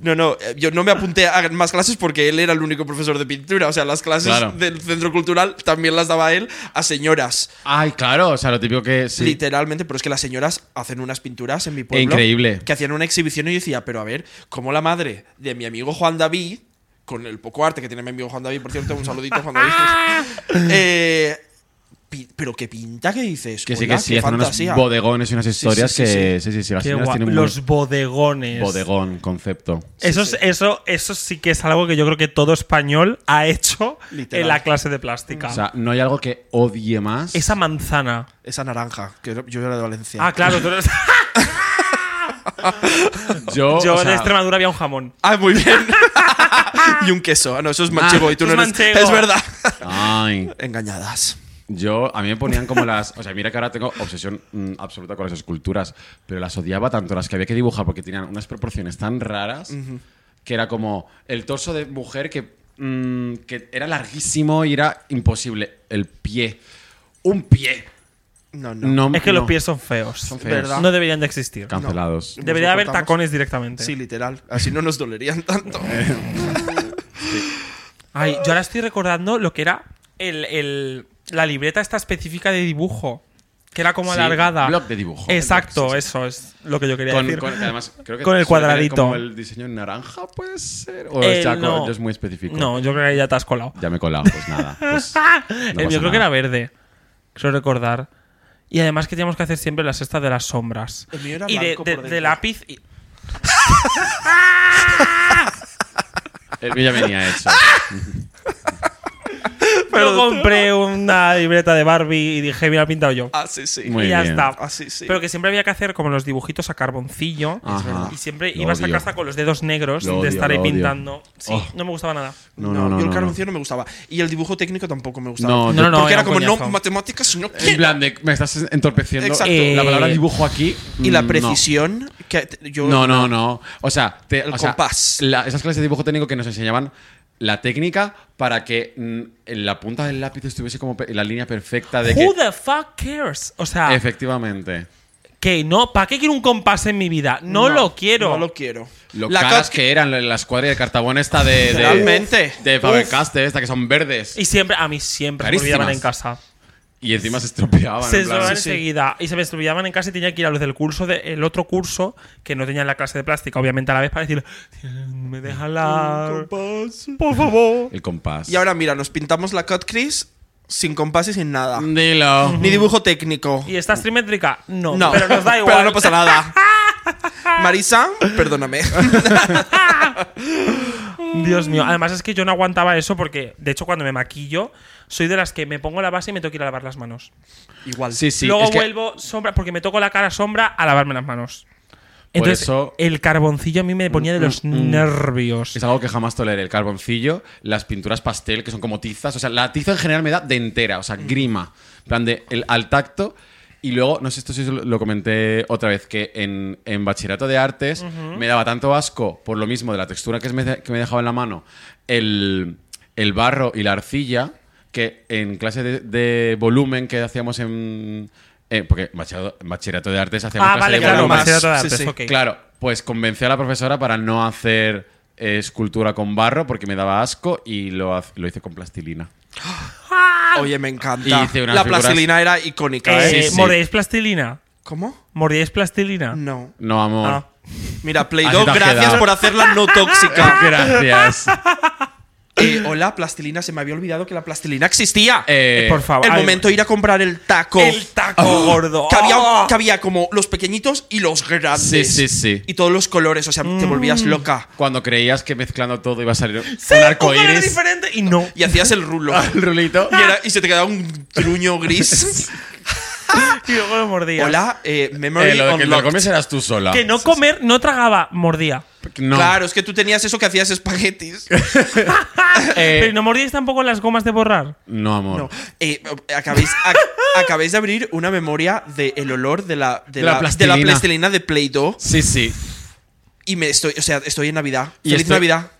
Speaker 3: No, no, eh, yo no me apunté a más clases porque él era el único profesor de pintura. O sea, las clases
Speaker 2: Claro.
Speaker 3: del centro cultural también las daba él a señoras.
Speaker 2: Ay, claro, o sea, lo típico que. Sí.
Speaker 3: Literalmente, pero es que las señoras hacen unas pinturas en mi pueblo.
Speaker 2: Increíble.
Speaker 3: Que hacían una exhibición y yo decía, pero a ver, como la madre de mi amigo Juan David, con el poco arte que tiene mi amigo Juan David, por cierto, un saludito, Juan David. Eh, pi- pero qué pinta que dices.
Speaker 2: Que sí,
Speaker 3: Hola,
Speaker 2: que sí,
Speaker 3: qué
Speaker 2: hacen unos
Speaker 3: fantasía.
Speaker 2: bodegones y unas historias
Speaker 3: sí, sí,
Speaker 2: que. Sí, sí, sí. las
Speaker 1: Qué
Speaker 2: señoras
Speaker 1: guay.
Speaker 2: tienen
Speaker 1: Los
Speaker 2: un
Speaker 1: bodegones.
Speaker 2: bodegón concepto.
Speaker 1: Eso, es- Eso, eso sí que es algo que yo creo que todo español ha hecho
Speaker 3: Literal.
Speaker 1: en la clase de plástica.
Speaker 2: O sea, no hay algo que odie más.
Speaker 1: Esa manzana.
Speaker 3: Esa naranja, que era- yo era de Valencia.
Speaker 1: Ah, claro. tú eres-
Speaker 2: Yo,
Speaker 1: yo
Speaker 2: o
Speaker 1: en
Speaker 2: sea,
Speaker 1: Extremadura había un jamón.
Speaker 3: Ah, muy bien. y un queso. Ah, no, eso es manchego y tú
Speaker 1: es
Speaker 3: no eres.
Speaker 1: manchego.
Speaker 3: Es verdad.
Speaker 2: Ay.
Speaker 3: Engañadas.
Speaker 2: Yo, a mí me ponían como las. O sea, mira que ahora tengo obsesión mm, absoluta con las esculturas, pero las odiaba tanto las que había que dibujar porque tenían unas proporciones tan raras que era como el torso de mujer que, mm, que era larguísimo y era imposible. El pie. Un pie.
Speaker 3: No, no.
Speaker 2: No,
Speaker 1: Es que los
Speaker 2: no.
Speaker 1: pies son feos.
Speaker 2: Son feos.
Speaker 3: ¿Verdad?
Speaker 1: No deberían de existir.
Speaker 2: Cancelados.
Speaker 3: No.
Speaker 1: Debería
Speaker 3: Nos
Speaker 1: haber
Speaker 3: cortamos.
Speaker 1: tacones directamente.
Speaker 3: Sí, literal. Así no nos dolerían tanto.
Speaker 2: Eh,
Speaker 1: Ay, yo ahora estoy recordando lo que era el, el- la libreta esta específica de dibujo, que era como
Speaker 2: Sí,
Speaker 1: alargada.
Speaker 2: bloc de dibujo.
Speaker 1: Exacto,
Speaker 2: Sí, sí.
Speaker 1: eso es lo que yo quería
Speaker 2: Con,
Speaker 1: decir.
Speaker 2: con- que además, creo que
Speaker 1: Con el
Speaker 2: suele tener
Speaker 1: cuadradito.
Speaker 2: Como el diseño en naranja, puede ser. O
Speaker 1: El
Speaker 2: es ya co-
Speaker 1: no.
Speaker 2: ya es muy específico.
Speaker 1: No, yo creo que ya te has colado.
Speaker 2: Ya me he colado, pues nada. Pues, no
Speaker 1: El
Speaker 2: pasa
Speaker 1: mío creo
Speaker 2: nada.
Speaker 1: que era verde, creo recordar. Y además que teníamos que hacer siempre la cesta de las sombras.
Speaker 3: El mío era
Speaker 1: y de,
Speaker 3: blanco
Speaker 1: de-
Speaker 3: por
Speaker 1: de
Speaker 3: dentro.
Speaker 1: lápiz. y-
Speaker 2: El mío eh, ya venía hecho.
Speaker 1: yo compré una libreta de Barbie y dije, mira, la he pintado yo.
Speaker 3: Ah, sí, sí.
Speaker 2: Muy
Speaker 1: y ya
Speaker 2: bien.
Speaker 1: está.
Speaker 3: Ah, sí, sí.
Speaker 1: Pero que siempre había que hacer como los dibujitos a carboncillo.
Speaker 2: Ajá. Es verdad.
Speaker 1: Y siempre
Speaker 2: Lo
Speaker 1: ibas a
Speaker 2: odio.
Speaker 1: casa con los dedos negros
Speaker 2: Lo
Speaker 1: de
Speaker 2: odio,
Speaker 1: estar ahí
Speaker 2: lo odio.
Speaker 1: pintando. Sí,
Speaker 2: Oh.
Speaker 1: no me gustaba nada.
Speaker 2: No, no, no.
Speaker 3: yo el
Speaker 2: no, no.
Speaker 3: carboncillo no. me gustaba. Y el dibujo técnico tampoco me gustaba.
Speaker 2: No,
Speaker 1: No, no, no.
Speaker 3: Porque
Speaker 1: era
Speaker 3: era,
Speaker 1: un
Speaker 3: como, no,
Speaker 1: coñazo.
Speaker 3: matemáticas, no
Speaker 2: En
Speaker 3: quiero.
Speaker 2: plan de, me estás entorpeciendo
Speaker 3: Exacto.
Speaker 2: la
Speaker 1: Eh,
Speaker 2: palabra dibujo aquí.
Speaker 3: Y la
Speaker 2: mm, no.
Speaker 3: precisión que te- yo
Speaker 2: No, no, no. O sea, te-
Speaker 3: El
Speaker 2: o sea,
Speaker 3: compás.
Speaker 2: la- esas clases de dibujo técnico que nos enseñaban la técnica para que mm, en la punta del lápiz estuviese como pe- la línea perfecta de que.
Speaker 1: Who the fuck cares? O sea,
Speaker 2: Efectivamente.
Speaker 1: que no, ¿para qué quiero un compás en mi vida? No, lo quiero.
Speaker 3: No lo quiero.
Speaker 2: Lo
Speaker 3: La
Speaker 2: caras
Speaker 3: ca-
Speaker 2: que eran la- las cuadrillas de Cartabón esta de. de
Speaker 3: Literalmente.
Speaker 2: De
Speaker 3: Uf.
Speaker 2: Faber-Castell, esta que son verdes.
Speaker 1: Y siempre, a mí siempre me
Speaker 2: Carísimas.
Speaker 1: olvidaban en casa.
Speaker 2: Y encima se estropeaban.
Speaker 1: se
Speaker 2: en plan-
Speaker 1: desvelaban
Speaker 2: Sí, sí.
Speaker 1: enseguida y se me estuvillaban en casa y tenía que ir a los del curso de- el otro curso que no tenían la clase de plástica obviamente a la vez para decir me deja la por favor
Speaker 2: El compás.
Speaker 3: Y ahora mira, nos pintamos la cut crease sin compás y sin nada.
Speaker 2: Dilo.
Speaker 3: Ni dibujo técnico.
Speaker 1: y está simétrica no,
Speaker 3: No,
Speaker 1: pero nos da igual
Speaker 3: no pasa nada. Marisa, perdóname.
Speaker 1: Dios mío además es que yo no aguantaba eso porque de hecho cuando me maquillo soy de las que me pongo la base y me tengo que ir a lavar las manos
Speaker 3: Igual.
Speaker 2: Sí, sí.
Speaker 1: luego
Speaker 2: es que-
Speaker 1: vuelvo sombra porque me toco la cara sombra a lavarme las manos entonces
Speaker 2: eso-
Speaker 1: el carboncillo a mí me
Speaker 3: Mm,
Speaker 1: ponía de los nervios Ah,
Speaker 2: Es algo que jamás toleré. El carboncillo, las pinturas pastel, que son como tizas. O sea, la tiza en general me da de entera, o
Speaker 1: Mm.
Speaker 2: sea, grima. En plan de el- al tacto. Y luego, no sé esto si os lo- lo comenté otra vez, que en, en bachillerato de artes me daba tanto asco, por lo mismo, de la textura que me, que me dejaba en la mano, el, el barro y la arcilla, que en clase de, de volumen que hacíamos en... en- porque en bachillerato, en bachillerato de artes hacíamos
Speaker 1: ah
Speaker 2: clase
Speaker 1: vale
Speaker 2: de
Speaker 1: claro
Speaker 2: volumen.
Speaker 3: más.
Speaker 1: bachillerato de
Speaker 3: Sí,
Speaker 1: artes
Speaker 3: sí.
Speaker 1: ok.
Speaker 2: Claro, pues convencí a la profesora para no hacer eh, escultura con barro porque me daba asco y lo, ha- lo hice con plastilina.
Speaker 3: Oye, me encanta.
Speaker 2: Y hice unas
Speaker 3: la
Speaker 2: figuras-
Speaker 3: plastilina era icónica.
Speaker 1: Eh,
Speaker 2: Sí,
Speaker 3: ¿eh?
Speaker 2: sí.
Speaker 1: ¿Mordéis plastilina?
Speaker 3: ¿Cómo?
Speaker 1: ¿Mordíais plastilina?
Speaker 3: No.
Speaker 2: No, amor.
Speaker 1: Ah.
Speaker 3: Mira, Play
Speaker 2: Así
Speaker 3: Doh,
Speaker 2: te has
Speaker 3: gracias
Speaker 2: quedado.
Speaker 3: por hacerla no tóxica.
Speaker 2: Gracias.
Speaker 3: Eh, hola, plastilina. Se me había olvidado que la plastilina existía.
Speaker 2: Eh,
Speaker 1: Por favor.
Speaker 3: el
Speaker 1: Ay,
Speaker 3: momento de ir a comprar el taco. Oh.
Speaker 1: El taco gordo.
Speaker 3: Que
Speaker 1: Ah.
Speaker 3: había, que había como los pequeñitos y los grandes.
Speaker 2: Sí, sí, sí.
Speaker 3: Y todos los colores. O sea, te
Speaker 1: Mm.
Speaker 3: volvías loca.
Speaker 2: Cuando creías que mezclando todo iba a salir
Speaker 1: Sí,
Speaker 2: un
Speaker 1: un color
Speaker 2: arcoíris
Speaker 1: diferente y no.
Speaker 3: Y hacías el rulo.
Speaker 2: al rulito. eh,
Speaker 3: y, era- y se te quedaba un truño gris.
Speaker 1: Y luego lo mordía.
Speaker 3: Hola, eh, Memory
Speaker 2: Eh, lo de que te lo
Speaker 3: Unlocked.
Speaker 2: comes eras tú sola.
Speaker 1: Que no comer, no tragaba, mordía.
Speaker 2: No.
Speaker 3: Claro, es que tú tenías eso que hacías espaguetis.
Speaker 2: Eh,
Speaker 1: Pero no mordíais tampoco las gomas de borrar.
Speaker 2: no, amor.
Speaker 3: No. Eh, acabéis, ac- acabéis de abrir una memoria del el olor de la, de
Speaker 2: De la
Speaker 3: la, de
Speaker 2: plastilina.
Speaker 3: la plastilina de Play-Doh.
Speaker 2: Sí, sí.
Speaker 3: Y me estoy, o sea, estoy en Navidad.
Speaker 2: Y este
Speaker 3: Feliz
Speaker 2: estoy-
Speaker 3: Navidad.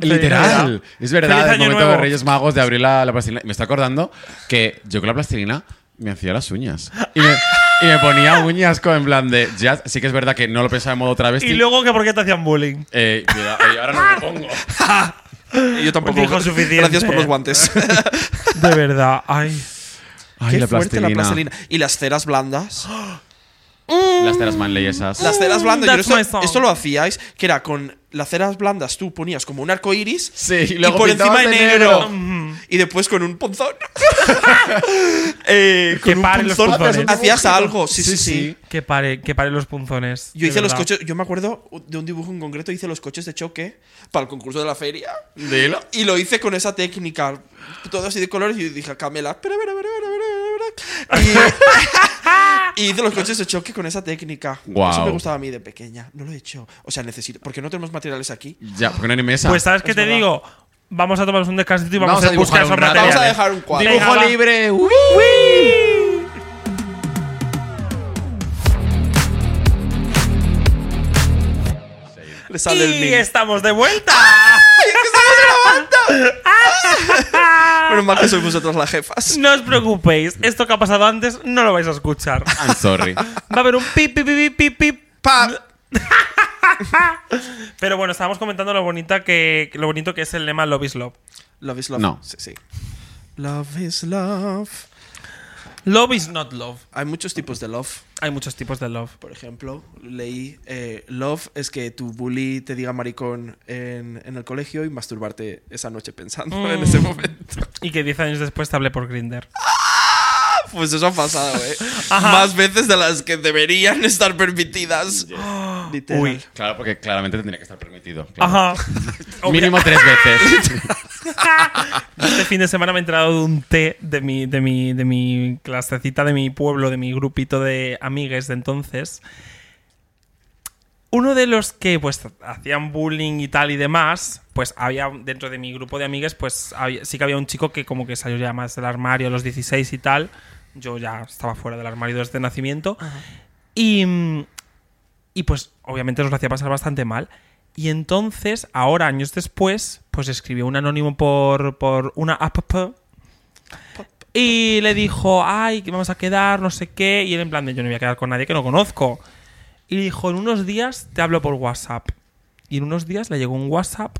Speaker 2: Literal. Es verdad,
Speaker 1: Feliz
Speaker 2: el
Speaker 1: año
Speaker 2: momento
Speaker 1: nuevo.
Speaker 2: de Reyes Magos de abrir la, la plastilina. Me está acordando que yo con la plastilina me hacía las uñas. Y me, y me ponía uñas con en plan de jazz. Sí que es verdad que no lo pensaba en modo travesti.
Speaker 1: Y luego que por qué te hacían bullying.
Speaker 2: Eh, mira, y ahora no me lo pongo.
Speaker 3: Y yo tampoco.
Speaker 1: Dijo suficiente.
Speaker 3: Gracias por los guantes.
Speaker 1: De verdad. Ay.
Speaker 2: Ay,
Speaker 3: Qué
Speaker 2: la
Speaker 3: fuerte
Speaker 2: plastilina.
Speaker 3: la plastilina. Y las ceras blandas.
Speaker 2: Las telas manley esas.
Speaker 3: Las ceras
Speaker 1: Mm,
Speaker 3: blandas.
Speaker 1: that's
Speaker 3: yo
Speaker 1: my
Speaker 3: esto,
Speaker 1: song.
Speaker 3: esto lo hacíais, que era con las ceras blandas tú ponías como un arco iris.
Speaker 2: Sí, y luego
Speaker 3: por
Speaker 2: pintabas
Speaker 3: encima en
Speaker 2: de
Speaker 3: negro.
Speaker 2: negro.
Speaker 3: Y después con un ponzón. Eh,
Speaker 1: Que
Speaker 3: con un
Speaker 1: paren los
Speaker 3: ponzón
Speaker 1: punzones.
Speaker 3: Hacías algo. Sí, sí, sí.
Speaker 1: Que pare, que pare los punzones.
Speaker 3: Yo
Speaker 1: de
Speaker 3: hice los
Speaker 1: verdad.
Speaker 3: coches, yo me acuerdo de un dibujo en concreto, hice los coches de choque para el concurso de la feria.
Speaker 2: Dilo.
Speaker 3: Y lo hice con esa técnica, todo así de colores, y yo dije, Camela, espera, espera, espera, espera, espera, espera". Y, y hice los coches de choque con esa técnica.
Speaker 2: Guau.
Speaker 3: Eso me gustaba a mí de pequeña, no lo he hecho. O sea, necesito, porque no tenemos materiales aquí.
Speaker 2: Ya, porque no hay mesa.
Speaker 1: Pues sabes qué
Speaker 3: Es
Speaker 1: te
Speaker 3: verdad.
Speaker 1: digo. Vamos a tomarnos un descansito y vamos,
Speaker 2: Vamos
Speaker 1: a
Speaker 2: a
Speaker 1: hacer buscar
Speaker 2: dibujar un
Speaker 1: esos
Speaker 2: rato.
Speaker 1: materiales.
Speaker 3: Vamos a dejar un cuadro.
Speaker 1: Venga,
Speaker 2: Dibujo
Speaker 1: va.
Speaker 2: libre.
Speaker 1: uh,
Speaker 2: uy.
Speaker 3: Le le sale el
Speaker 1: Y
Speaker 3: meme.
Speaker 1: estamos de vuelta.
Speaker 3: ¡Ay, es que estamos grabando! Menos mal que sois vosotros las jefas.
Speaker 1: No os preocupéis, esto que ha pasado antes no lo vais a escuchar.
Speaker 2: I'm sorry.
Speaker 1: Va a haber un pip, pip, pip, pip, pip.
Speaker 3: Pa.
Speaker 1: Pero bueno, estábamos comentando lo, bonita que, lo bonito que es el lema Love is Love.
Speaker 3: Love is love.
Speaker 2: No.
Speaker 3: Sí, sí. Love is love.
Speaker 1: Love is not love.
Speaker 3: Hay muchos tipos de love.
Speaker 1: Hay muchos tipos de love.
Speaker 3: Por ejemplo, leí eh, Love es que tu bully te diga maricón en, en el colegio y masturbarte esa noche pensando en
Speaker 1: Mm.
Speaker 3: ese momento.
Speaker 1: Y que 10 años después te hablé por Grinder.
Speaker 3: Pues eso ha pasado, ¿eh? Más veces de las que deberían estar permitidas. Literal.
Speaker 1: Uy.
Speaker 2: Claro, porque claramente tendría que estar permitido. claro.
Speaker 1: Ajá.
Speaker 2: Mínimo tres veces.
Speaker 1: Este fin de semana me he enterado de un té de mi, de mi, de mi clasecita, de mi pueblo, de mi grupito de amigues de entonces. Uno de los que pues hacían bullying y tal y demás, pues había dentro de mi grupo de amigues, pues había- sí que había un chico que como que salió ya más del armario a los 16 y tal. Yo ya estaba fuera del armario desde nacimiento. Y, mm, y pues obviamente nos lo hacía pasar bastante mal. Y entonces, ahora, años después, pues escribió un anónimo por, por una app. Y le dijo, ay, que vamos a quedar, no sé qué. Y él en plan de, yo no voy a quedar con nadie que no conozco. Y le dijo, en unos días te hablo por WhatsApp. Y en unos días le llegó un WhatsApp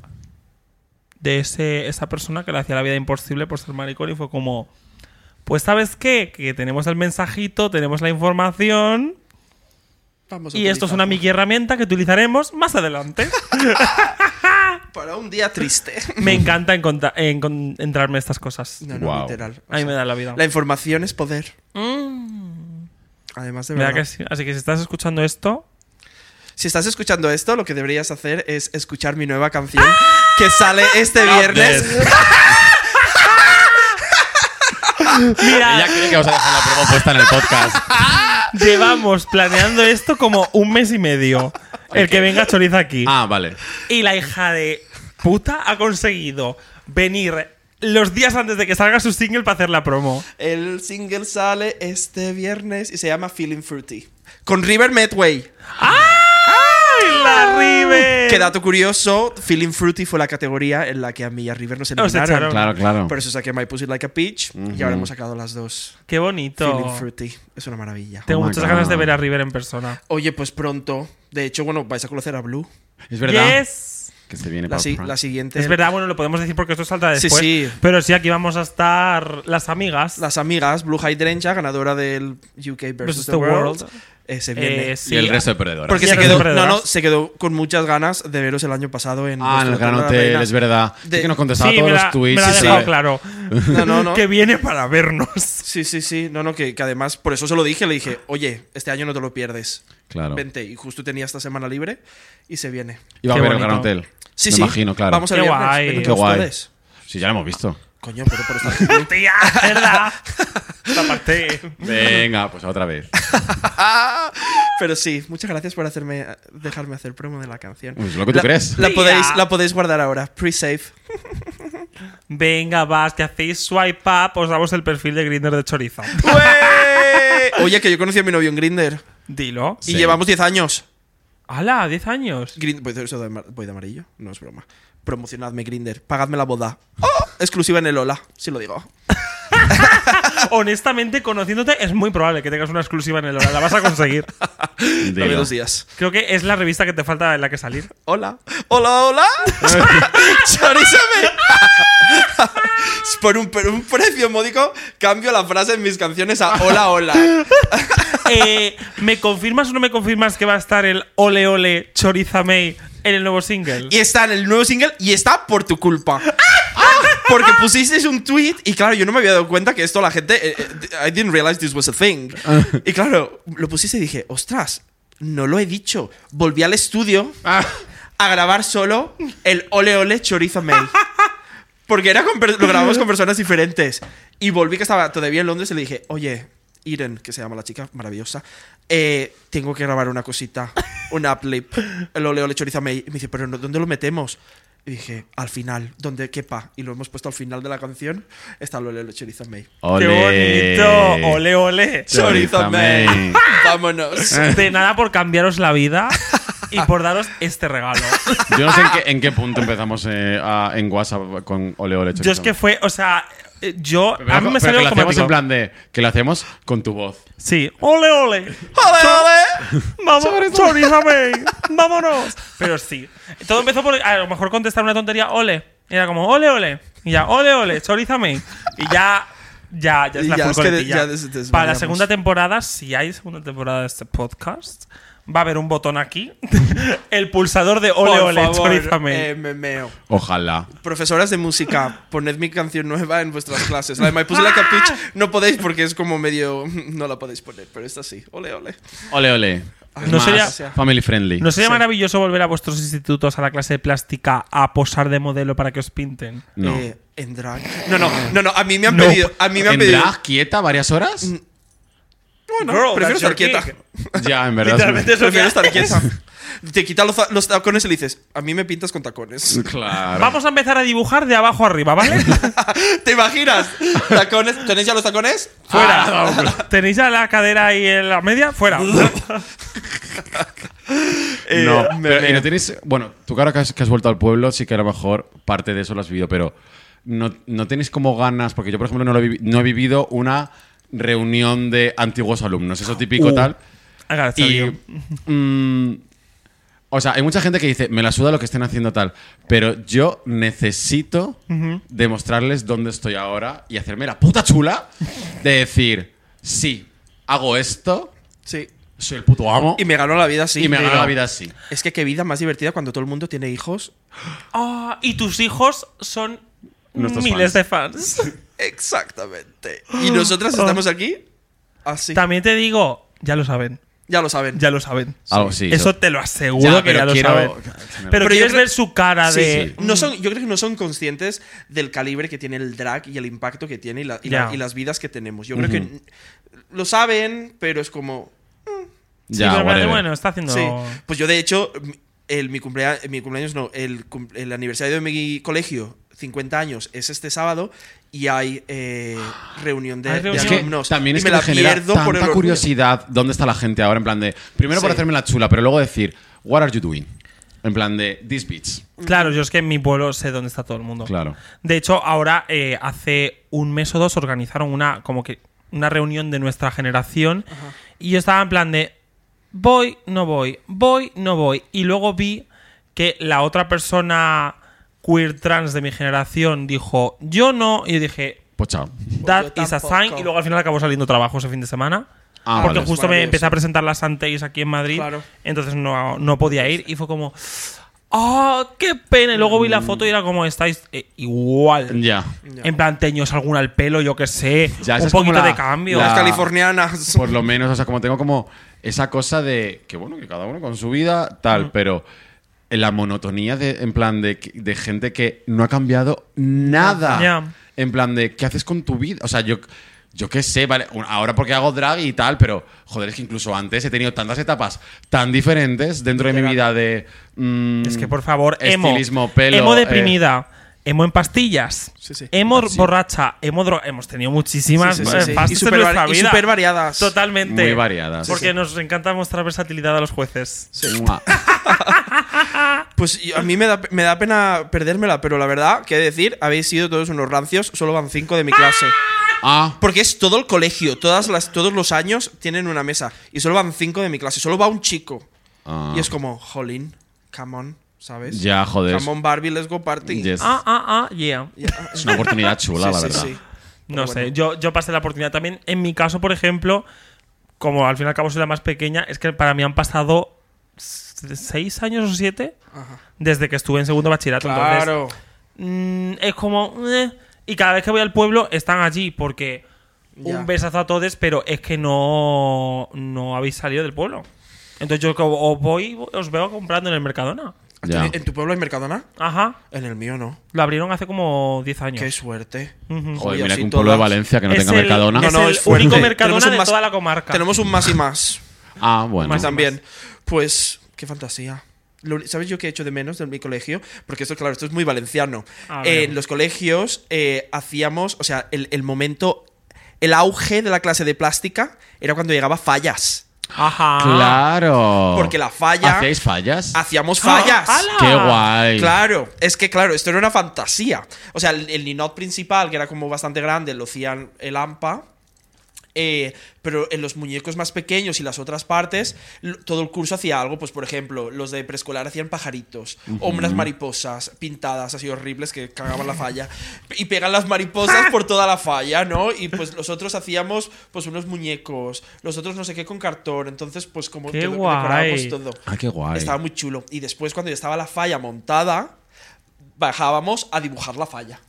Speaker 1: de ese, esa persona que le hacía la vida imposible por ser maricón y fue como, pues sabes qué, que tenemos el mensajito, tenemos la información.
Speaker 3: Vamos a
Speaker 1: Y esto es una
Speaker 3: utilizarlo.
Speaker 1: mini herramienta que utilizaremos más adelante.
Speaker 3: Para un día triste.
Speaker 1: Me encanta encontra- encon- entrarme estas cosas.
Speaker 3: No, no,
Speaker 2: Wow.
Speaker 3: literal. O
Speaker 1: A mí me
Speaker 3: sea,
Speaker 1: da la vida.
Speaker 3: La información es poder. Además de
Speaker 1: ¿Verdad
Speaker 3: verdad.
Speaker 1: que sí? Así que si estás escuchando esto,
Speaker 3: Si estás escuchando esto, lo que deberías hacer es escuchar mi nueva canción
Speaker 1: ¡Ah!
Speaker 3: que sale este viernes.
Speaker 1: mira,
Speaker 2: Ella cree que vamos a dejar la promo puesta en el podcast.
Speaker 1: llevamos planeando esto como un mes y medio. El que venga choriza aquí.
Speaker 2: Ah, vale.
Speaker 1: Y la hija de puta ha conseguido venir los días antes de que salga su single para hacer la promo.
Speaker 3: El single sale este viernes y se llama Feeling Fruity. Con River Medway.
Speaker 1: ¡Ay, la River!
Speaker 3: Que dato curioso, Feeling Fruity fue la categoría en la que a mí y a River nos
Speaker 1: Nos
Speaker 3: eliminaron.
Speaker 1: echaron.
Speaker 2: Claro, claro.
Speaker 3: Por eso saqué My Pussy Like a Peach y ahora hemos sacado las dos.
Speaker 1: Qué bonito.
Speaker 3: Feeling Fruity. Es una maravilla.
Speaker 1: Tengo
Speaker 2: Oh my
Speaker 1: muchas ganas de
Speaker 2: God.
Speaker 1: ver a River en persona.
Speaker 3: Oye, pues pronto. De hecho, bueno, vais a conocer a Blue.
Speaker 2: Es verdad
Speaker 1: Yes.
Speaker 2: que se viene
Speaker 3: La,
Speaker 2: para
Speaker 3: si-
Speaker 2: Prime.
Speaker 3: la siguiente.
Speaker 1: Es verdad, bueno, lo podemos decir porque esto salta
Speaker 3: Sí,
Speaker 1: después.
Speaker 3: sí.
Speaker 1: Pero sí, aquí vamos a estar las amigas.
Speaker 3: Las amigas, Blue Hydrangea, ganadora del UK versus
Speaker 1: Versus
Speaker 3: the,
Speaker 1: the
Speaker 3: World,
Speaker 1: World.
Speaker 3: eh, se viene.
Speaker 1: Eh, sí.
Speaker 2: Y el resto de perdedoras.
Speaker 3: Porque
Speaker 1: Y
Speaker 3: se
Speaker 1: el
Speaker 3: quedó,
Speaker 1: resto de
Speaker 3: no, no,
Speaker 1: perdedoras.
Speaker 3: se quedó con muchas ganas de veros el año pasado en.
Speaker 2: Ah, en
Speaker 3: nuestro
Speaker 2: el gran
Speaker 3: Hotel de la
Speaker 2: hotel,
Speaker 3: Reina.
Speaker 2: es verdad.
Speaker 3: De-
Speaker 2: Es que nos contestaba
Speaker 1: sí,
Speaker 2: todos
Speaker 1: me la,
Speaker 2: los tweets.
Speaker 1: me la ha
Speaker 2: sí.
Speaker 1: dejado claro.
Speaker 3: No, no, no.
Speaker 1: Que viene para vernos.
Speaker 3: Sí, sí, sí. No, no, que, que además, por eso se lo dije, le dije, oye, este año no te lo pierdes.
Speaker 2: Claro.
Speaker 3: Vente. Y justo tenía esta semana libre y se viene.
Speaker 2: Y va a
Speaker 1: Qué
Speaker 2: ver el
Speaker 1: bonito.
Speaker 2: gran hotel.
Speaker 3: Sí,
Speaker 2: Me
Speaker 3: sí.
Speaker 2: imagino, claro.
Speaker 3: Vamos a
Speaker 1: Qué
Speaker 3: ver.
Speaker 1: guay.
Speaker 2: Qué guay. Sí, ya lo hemos visto.
Speaker 3: Coño, pero por estar aquí.
Speaker 1: Tía, ¿verdad? La parte.
Speaker 2: Venga, pues otra vez.
Speaker 3: Pero sí, muchas gracias por hacerme dejarme hacer promo de la canción.
Speaker 2: Pues lo que tú
Speaker 3: La-
Speaker 2: crees.
Speaker 3: La
Speaker 1: Tía.
Speaker 3: podéis, la podéis guardar ahora, pre-save.
Speaker 1: Venga, vas, que hacéis swipe up, os damos el perfil de Grinder de Chorizo.
Speaker 3: Oye, que yo conocí a mi novio en Grinder
Speaker 1: Dilo.
Speaker 3: y
Speaker 2: Sí.
Speaker 3: llevamos 10 años.
Speaker 1: ¡Hala! ¿10 años?
Speaker 3: Grind- voy, de, eso de amar- voy de amarillo, no es broma. Promocionadme Grinder, pagadme la boda. ¡Oh! Exclusiva en el Ola, si lo digo.
Speaker 1: Honestamente, conociéndote, es muy probable que tengas una exclusiva en el hora. La vas a conseguir.
Speaker 2: Digo.
Speaker 3: Dame dos días.
Speaker 1: Creo que es la revista que te falta en la que salir.
Speaker 3: Hola. Hola, hola. Chorízame. Por un, por un precio módico cambio la frase en mis canciones a hola, hola.
Speaker 1: Eh, ¿Me confirmas o no me confirmas que va a estar el Ole Ole Choriza May en el nuevo single?
Speaker 3: Y está en el nuevo single y está por tu culpa. Porque pusisteis un tweet y claro, yo no me había dado cuenta que esto la gente... eh, eh, I didn't realize this was a thing. Y claro, lo pusiste y dije, ostras, no lo he dicho. Volví al estudio
Speaker 2: Ah.
Speaker 3: a grabar solo el Ole Ole Chorizo May. Porque era con per- lo grabamos con personas diferentes. Y volví que estaba todavía en Londres y le dije, oye, Iren, que se llama la chica, maravillosa, eh, tengo que grabar una cosita, un uplip, el ole ole chorizo May. Y me dice, pero no, ¿dónde lo metemos? Y dije, al final, donde quepa. Y lo hemos puesto al final de la canción, está el ole ole chorizo May.
Speaker 2: Ole.
Speaker 1: ¡Qué bonito! ¡Ole, ole!
Speaker 2: Chorizo May.
Speaker 3: Vámonos.
Speaker 1: De nada por cambiaros la vida. y por daros este regalo.
Speaker 2: Yo no sé en qué, en qué punto empezamos eh, a- en WhatsApp con Ole Ole
Speaker 1: Yo es que fue, o sea, eh, yo.
Speaker 2: Pero,
Speaker 1: a mí me
Speaker 2: pero
Speaker 1: salió
Speaker 2: que lo
Speaker 1: como.
Speaker 2: hacemos en plan de que lo hacemos con tu voz.
Speaker 1: Sí, ole, ole.
Speaker 3: ¡Ole,
Speaker 1: Vamos, chorízame, vámonos. Pero sí. Todo empezó por a lo mejor contestar una tontería, ole. Y era como, ole, ole. Y ya, ole, ole, chorízame. Y ya, ya, ya es
Speaker 3: Y
Speaker 1: la
Speaker 3: ya,
Speaker 1: full
Speaker 3: es que de-
Speaker 1: coletilla.
Speaker 3: ya des- desvariamos.
Speaker 1: Para la segunda temporada, si hay segunda temporada de este podcast, va a haber un botón aquí. el pulsador de ole,
Speaker 3: Por
Speaker 1: ole,
Speaker 3: favor,
Speaker 1: chorízame.
Speaker 3: eh, me meo.
Speaker 2: Ojalá.
Speaker 3: Profesoras de música, poned mi canción nueva en vuestras clases. La de My Puzzle
Speaker 1: Ah.
Speaker 3: Like a Peach no podéis porque es como medio. No la podéis poner, pero esta sí. Ole, ole.
Speaker 2: Ole Ole. Es
Speaker 1: No
Speaker 2: más
Speaker 1: sería-
Speaker 2: family friendly.
Speaker 1: ¿No sería maravilloso volver a vuestros institutos a la clase de plástica a posar de modelo para que os pinten?
Speaker 2: No.
Speaker 3: Eh, en drag. No, no, no, no. A mí me han
Speaker 1: No.
Speaker 3: pedido. A mí me han
Speaker 2: ¿En
Speaker 3: pedido. Mm.
Speaker 2: drag, quieta varias horas?
Speaker 3: Bueno,
Speaker 1: Girl, that's
Speaker 3: prefiero
Speaker 1: your
Speaker 3: estar quieta.
Speaker 1: gig.
Speaker 2: ya, en verdad.
Speaker 1: Literalmente es lo que
Speaker 3: Prefiero estar
Speaker 1: haces.
Speaker 3: quieta. Te quita los, los tacones y le dices, a mí me pintas con tacones.
Speaker 2: Claro.
Speaker 1: Vamos a empezar a dibujar de abajo arriba, ¿vale?
Speaker 3: ¿Te imaginas? Tacones. ¿Tenéis ya los tacones?
Speaker 1: Fuera.
Speaker 2: Ah,
Speaker 1: ¿Tenéis ya la cadera y el- la media? Fuera.
Speaker 3: Eh,
Speaker 2: no,
Speaker 3: me-
Speaker 2: pero, y
Speaker 3: me-
Speaker 2: no tenéis. Bueno, tú, claro, que has, que has vuelto al pueblo, sí que a lo mejor parte de eso lo has vivido, pero no, no tenéis como ganas, porque yo, por ejemplo, no, lo he, vivi- no he vivido una reunión de antiguos alumnos, eso típico
Speaker 1: Uh.
Speaker 2: tal.
Speaker 1: Haga,
Speaker 2: Y.
Speaker 1: Xavier.
Speaker 2: mm, o sea, hay mucha gente que dice, me la suda lo que estén haciendo tal, pero yo necesito demostrarles dónde estoy ahora y hacerme la puta chula de decir, sí, hago esto,
Speaker 3: Sí.
Speaker 2: soy el puto amo
Speaker 3: Y me ganó la vida así.
Speaker 2: y me gano
Speaker 3: pero-
Speaker 2: la vida así.
Speaker 3: Es que qué vida más divertida cuando todo el mundo tiene hijos.
Speaker 1: Ah, y tus hijos son
Speaker 2: Nuestros fans.
Speaker 1: miles de fans.
Speaker 3: Exactamente. Y nosotras estamos aquí así.
Speaker 1: También te digo, ya lo saben.
Speaker 3: Ya lo saben.
Speaker 1: Ya lo saben.
Speaker 2: Algo, sí,
Speaker 1: Eso
Speaker 2: so-
Speaker 1: te lo aseguro
Speaker 2: Ya,
Speaker 1: que
Speaker 2: pero
Speaker 1: ya lo
Speaker 2: quiero-
Speaker 1: saben. Pero,
Speaker 2: Pero
Speaker 3: yo
Speaker 1: quieres
Speaker 3: creo-
Speaker 1: ver su cara
Speaker 3: Sí,
Speaker 1: de.
Speaker 3: sí. No son, yo creo que no son conscientes del calibre que tiene el drag y el impacto que tiene y, la- y la-
Speaker 1: Ya.
Speaker 3: y las vidas que tenemos. Yo creo que lo saben, pero es como.
Speaker 1: Sí, pero en plan de,
Speaker 2: whatever.
Speaker 1: bueno, está haciendo.
Speaker 3: Sí. Pues yo, de hecho, mi- el, mi, cumplea- mi cumpleaños no, el, cum- el aniversario de mi colegio, 50 años, es este sábado y hay eh, reunión de,
Speaker 1: Hay
Speaker 3: de
Speaker 1: reunión.
Speaker 2: Es que
Speaker 3: alumnos.
Speaker 2: también Ah,
Speaker 3: Y
Speaker 2: es
Speaker 3: me
Speaker 2: que me
Speaker 3: la
Speaker 2: genera
Speaker 3: pierdo por el
Speaker 2: tanta
Speaker 3: orgullo.
Speaker 2: curiosidad dónde está la gente ahora, en plan de, primero por
Speaker 3: Sí.
Speaker 2: hacerme la chula, pero luego decir, what are you doing? En plan de, this beats.
Speaker 1: Claro, yo es que en mi pueblo sé dónde está todo el mundo.
Speaker 2: Claro.
Speaker 1: De hecho, ahora eh, hace un mes o dos organizaron una como que una reunión de nuestra generación y yo estaba en plan de voy, no voy, voy, no voy y luego vi que la otra persona queer trans de mi generación dijo yo no y yo dije
Speaker 2: Pues chao.
Speaker 1: that
Speaker 3: yo
Speaker 1: is a
Speaker 3: tampoco.
Speaker 1: sign y luego al final acabó saliendo trabajo ese fin de semana.
Speaker 2: Ah,
Speaker 1: porque
Speaker 2: vale.
Speaker 1: justo me
Speaker 3: Maravilloso.
Speaker 1: empecé a presentar las Anteis aquí en Madrid.
Speaker 3: Claro.
Speaker 1: Entonces no, no podía ir y fue como, ¡ah, qué pena! Y luego vi la foto y era como, estáis eh, igual.
Speaker 2: Mm. Ya.
Speaker 1: En plan, teños alguna al pelo, yo qué sé.
Speaker 2: Ya, esa
Speaker 1: un
Speaker 2: es como
Speaker 1: poquito
Speaker 2: la-
Speaker 1: de cambio.
Speaker 2: la-
Speaker 3: Las californianas.
Speaker 2: Por lo menos, o sea, como tengo como esa cosa de que bueno, que cada uno con su vida, tal, pero la monotonía de, en plan de, que- de gente que no ha cambiado nada.
Speaker 1: Ya.
Speaker 2: En plan de, ¿qué haces con tu vida? O sea, yo, yo qué sé, vale, un- ahora porque hago drag y tal, pero joder, es que incluso antes he tenido tantas etapas tan diferentes dentro de mi vida de. mm,
Speaker 1: Es que, por favor, emo.
Speaker 2: Estilismo, pelo.
Speaker 1: Emo
Speaker 2: eh,
Speaker 1: deprimida. Emo en pastillas.
Speaker 3: Sí, sí.
Speaker 1: Emo borracha. Emo dro- Hemos tenido muchísimas
Speaker 3: Sí, sí, sí,
Speaker 1: eh,
Speaker 3: sí.
Speaker 1: fases
Speaker 3: Y
Speaker 1: de
Speaker 3: supervari-
Speaker 1: nuestra
Speaker 3: y
Speaker 1: vida.
Speaker 3: supervariadas.
Speaker 1: Totalmente.
Speaker 2: Muy variadas.
Speaker 1: Porque nos encanta mostrar versatilidad a los jueces.
Speaker 2: Mua.
Speaker 3: Pues y a mí me da, me da pena perdérmela, pero la verdad, que he de decir, habéis sido todos unos rancios, solo van cinco de mi clase.
Speaker 2: Ah,
Speaker 3: Porque es todo el colegio, todas las, todos los años tienen una mesa y solo van cinco de mi clase, solo va un chico.
Speaker 2: Ah.
Speaker 3: Y es como, jolín, come on, ¿sabes?
Speaker 2: ya, joder.
Speaker 3: Come on, Barbie, let's go party.
Speaker 2: Yes.
Speaker 1: Ah, ah, ah, yeah.
Speaker 3: Ya, ah,
Speaker 2: Es una oportunidad chula,
Speaker 3: sí,
Speaker 2: la
Speaker 3: sí,
Speaker 2: verdad.
Speaker 3: sí.
Speaker 1: No
Speaker 3: Pero
Speaker 1: sé,
Speaker 3: bueno.
Speaker 1: yo, yo pasé la oportunidad. También en mi caso, por ejemplo, como al fin y al cabo soy la más pequeña, es que para mí han pasado s- seis años o siete
Speaker 3: Ajá.
Speaker 1: desde que estuve en segundo bachillerato. Entonces,
Speaker 3: Claro.
Speaker 1: mm, es como... eh, y cada vez que voy al pueblo están allí porque...
Speaker 3: Ya.
Speaker 1: Un besazo a todos, pero es que no, no habéis salido del pueblo. Entonces yo como os voy, os veo comprando en el Mercadona.
Speaker 2: Ya.
Speaker 3: ¿En tu pueblo hay Mercadona?
Speaker 1: Ajá.
Speaker 3: En el mío no.
Speaker 1: Lo abrieron hace como 10 años.
Speaker 3: Qué suerte.
Speaker 2: Joder,
Speaker 3: Oye,
Speaker 2: mira
Speaker 3: así
Speaker 2: que un pueblo de
Speaker 3: todas-
Speaker 2: Valencia que no
Speaker 1: Es
Speaker 2: tenga
Speaker 1: el-
Speaker 2: Mercadona.
Speaker 1: es
Speaker 3: No, no,
Speaker 1: el
Speaker 3: es fuerte.
Speaker 1: único Mercadona
Speaker 3: Tenemos un
Speaker 1: de
Speaker 3: más-
Speaker 1: toda la comarca.
Speaker 3: Tenemos un más y más.
Speaker 2: Ah, bueno.
Speaker 1: Más
Speaker 3: También. Pues, qué fantasía. Lo uni- ¿Sabes yo qué he hecho de menos de mi colegio? Porque esto, claro, esto es muy valenciano.
Speaker 1: A
Speaker 3: Eh,
Speaker 1: ver.
Speaker 3: en los colegios eh, hacíamos, o sea, el, el momento, el auge de la clase de plástica era cuando llegaba fallas.
Speaker 1: Ajá.
Speaker 2: Claro.
Speaker 3: Ah, Porque la falla-
Speaker 2: ¿Hacéis fallas?
Speaker 3: Hacíamos fallas.
Speaker 1: ¡Ah! ¡Hala!
Speaker 2: ¡Qué guay!
Speaker 3: Claro, es que claro, esto era una fantasía. O sea, el, el ninot principal, que era como bastante grande, lo hacían el AMPA. eh, pero en los muñecos más pequeños y las otras partes, l- todo el curso hacía algo. Pues, por ejemplo, los de preescolar hacían pajaritos o unas mariposas pintadas así horribles que cagaban la falla y pegan las mariposas por toda la falla, ¿no? Y pues los otros hacíamos pues unos muñecos, los otros no sé qué con cartón. Entonces, pues como
Speaker 1: ¡Qué
Speaker 3: todo-
Speaker 1: guay!
Speaker 3: decorábamos todo.
Speaker 2: Ah, qué guay.
Speaker 3: Estaba muy chulo. Y después, cuando ya estaba la falla montada, bajábamos a dibujar la falla.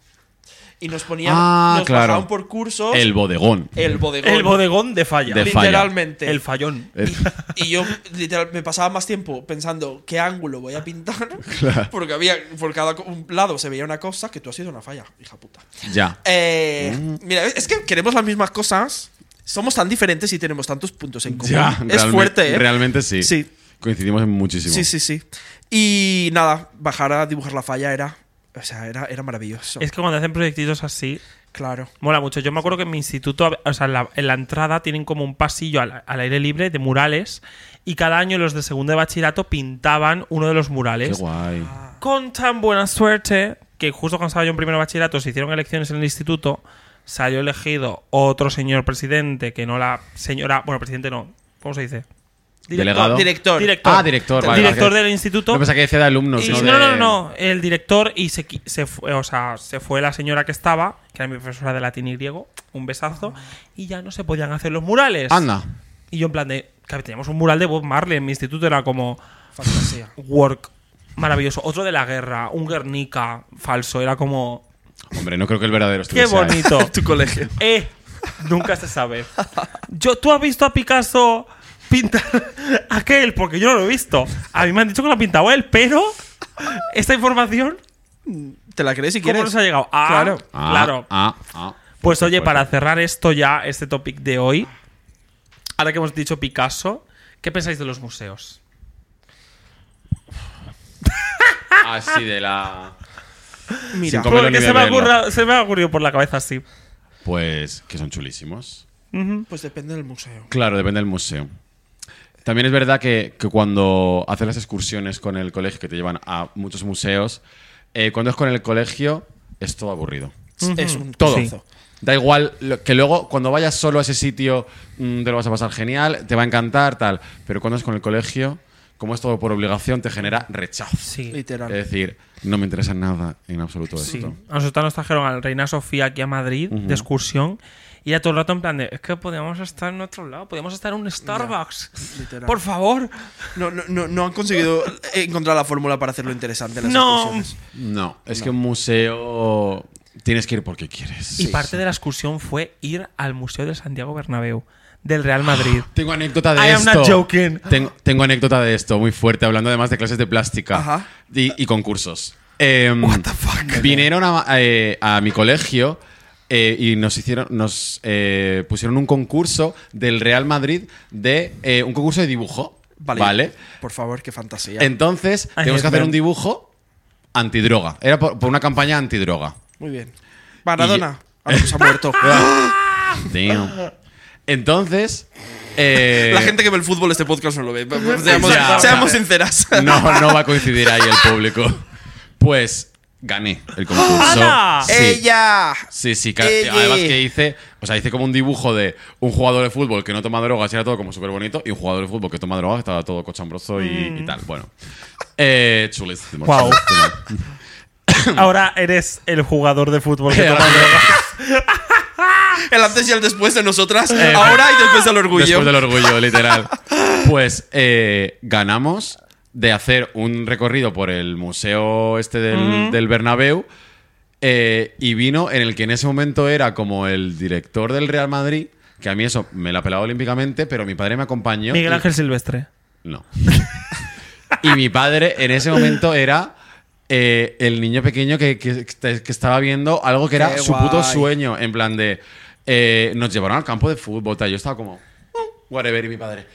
Speaker 3: Y nos ponían,
Speaker 2: Ah,
Speaker 3: nos
Speaker 2: claro.
Speaker 3: bajaban por cursos
Speaker 2: El bodegón.
Speaker 3: el bodegón.
Speaker 1: El bodegón de falla.
Speaker 2: De falla.
Speaker 3: literalmente.
Speaker 1: El fallón.
Speaker 2: El-
Speaker 3: Y, y yo literal, me pasaba más tiempo pensando qué ángulo voy a pintar. Porque había, por cada co- un lado se veía una cosa que tú has sido una falla, hija puta.
Speaker 2: ya.
Speaker 3: Eh,
Speaker 2: Mm.
Speaker 3: Mira, es que queremos las mismas cosas. Somos tan diferentes y tenemos tantos puntos en común.
Speaker 2: Ya.
Speaker 3: es
Speaker 2: realme-
Speaker 3: fuerte, ¿eh?
Speaker 2: Realmente sí.
Speaker 3: Sí.
Speaker 2: Coincidimos en muchísimo.
Speaker 3: Sí, sí, sí. Y nada, bajar a dibujar la falla era. O sea, era, era maravilloso.
Speaker 1: Es que cuando hacen proyectitos así,
Speaker 3: claro.
Speaker 1: Mola mucho. Yo me acuerdo que en mi instituto, hab- o sea, en la, en la entrada tienen como un pasillo al, al aire libre de murales y cada año los de segundo de bachillerato pintaban uno de los
Speaker 2: Qué
Speaker 1: murales.
Speaker 2: guay.
Speaker 3: Ah,
Speaker 1: Con tan buena suerte que justo cuando estaba yo en primero de bachillerato se hicieron elecciones en el instituto, salió elegido otro señor presidente que no la señora, bueno, presidente no, ¿cómo se dice?
Speaker 2: Delegado.
Speaker 3: Director.
Speaker 1: Director.
Speaker 2: Ah, director, vale,
Speaker 1: Director
Speaker 2: vale.
Speaker 1: del instituto.
Speaker 2: No pensaba que decía de alumnos.
Speaker 1: Y-
Speaker 2: sino
Speaker 1: no, no,
Speaker 2: de-
Speaker 1: no, el director y se, qui- se fue, o sea, se fue la señora que estaba, que era mi profesora de latín y griego, un besazo, y ya no se podían hacer los murales.
Speaker 2: Anda.
Speaker 1: Y yo en plan de, que teníamos un mural de Bob Marley en mi instituto, era como
Speaker 3: Fantasía.
Speaker 1: work, maravilloso. Otro de la guerra, un Guernica falso, era como,
Speaker 2: Hombre, no creo que el verdadero
Speaker 1: qué
Speaker 2: estuviese ahí.
Speaker 1: bonito.
Speaker 3: tu colegio.
Speaker 1: eh, nunca se sabe. Yo, ¿Tú has visto a Picasso pintar aquel? Porque yo no lo he visto. A mí me han dicho que lo ha pintado él, pero esta información...
Speaker 3: ¿Te la crees si
Speaker 1: ¿Cómo
Speaker 3: quieres?
Speaker 1: nos ha llegado? Ah,
Speaker 3: Claro.
Speaker 1: claro.
Speaker 2: Ah, ah, ah.
Speaker 1: Pues oye,
Speaker 2: Por
Speaker 1: para cerrar esto ya, este topic de hoy, ahora que hemos dicho Picasso, ¿qué pensáis de los museos?
Speaker 2: pues, Así de la.
Speaker 3: Mira,
Speaker 2: Cinco- Comerlo
Speaker 1: Porque
Speaker 2: ni
Speaker 1: se me, ha
Speaker 2: beberlo.
Speaker 1: ocurra- se me ha ocurrido por la cabeza así.
Speaker 2: Pues que son chulísimos.
Speaker 3: pues depende del museo.
Speaker 2: Claro, depende del museo. También es verdad que, que cuando haces las excursiones con el colegio, que te llevan a muchos museos, eh, cuando es con el colegio, es todo aburrido.
Speaker 3: Es un
Speaker 2: Todo.
Speaker 3: coñazo.
Speaker 2: Da igual lo- que luego, cuando vayas solo a ese sitio, mm, te lo vas a pasar genial, te va a encantar, tal. Pero cuando es con el colegio, como es todo por obligación, te genera rechazo.
Speaker 1: Sí.
Speaker 3: Literal.
Speaker 2: Es decir, no me interesa nada en absoluto
Speaker 1: sí.
Speaker 2: esto.
Speaker 1: A nosotros nos trajeron al Reina Sofía aquí a Madrid de excursión y era todo el rato en plan de, es que podíamos estar en otro lado, podíamos estar en un Starbucks.
Speaker 3: literal.
Speaker 1: Por favor.
Speaker 3: No, no, no, no han conseguido encontrar la fórmula para hacerlo interesante. en Las
Speaker 1: No.
Speaker 3: excursiones.
Speaker 2: No, es que un museo tienes que ir porque quieres.
Speaker 1: y parte de la excursión fue ir al Museo del Santiago Bernabéu, del Real Madrid.
Speaker 2: Tengo anécdota de
Speaker 1: I am
Speaker 2: esto.
Speaker 1: not joking.
Speaker 2: Tengo, tengo anécdota de esto, muy fuerte, hablando además de clases de plástica
Speaker 3: Ajá.
Speaker 2: y, y concursos. Em, Vinieron a, eh, a mi colegio eh, y nos hicieron, nos eh, pusieron un concurso del Real Madrid de eh, un concurso de dibujo.
Speaker 3: Vale.
Speaker 2: Vale.
Speaker 3: Por favor, qué fantasía.
Speaker 2: Entonces,
Speaker 1: Ay,
Speaker 2: tenemos que hacer
Speaker 1: es verdad.
Speaker 2: un dibujo antidroga. Era por, por una campaña antidroga.
Speaker 3: Muy bien. Maradona. Ah, no, pues ha muerto.
Speaker 2: Damn. Entonces. eh,
Speaker 3: la gente que ve el fútbol este podcast no lo ve. Seamos,
Speaker 2: Ya.
Speaker 3: seamos sinceras.
Speaker 2: No, no va a coincidir ahí el público. Pues gané el concurso.
Speaker 1: ¡Hala!
Speaker 2: Sí.
Speaker 3: ¡Ella!
Speaker 2: Sí, sí, ca-
Speaker 3: Ella.
Speaker 2: además que hice, o sea, hice como un dibujo de un jugador de fútbol que no toma drogas y era todo como súper bonito y un jugador de fútbol que toma drogas que estaba todo cochambroso y,
Speaker 3: Mm.
Speaker 2: y tal. Bueno, eh, chulísimo.
Speaker 1: Guau.
Speaker 2: chulísimo.
Speaker 1: Ahora eres el jugador de fútbol que toma
Speaker 3: El antes y el después de nosotras. ahora y después del orgullo.
Speaker 2: Eh, Después del orgullo, literal. Pues eh, ganamos de hacer un recorrido por el museo este del, del Bernabéu eh, y vino en el que en ese momento era como el director del Real Madrid, que a mí eso me la pelaba olímpicamente, pero mi padre me acompañó.
Speaker 1: Miguel
Speaker 2: y-
Speaker 1: Ángel Silvestre.
Speaker 2: No. y mi padre en ese momento era... eh, el niño pequeño que, que- que estaba viendo algo que era
Speaker 3: Qué
Speaker 2: su puto
Speaker 3: guay.
Speaker 2: sueño, en plan de... eh, nos llevaron al campo de fútbol, tal, yo estaba como... "Mm, Whatever, y mi padre.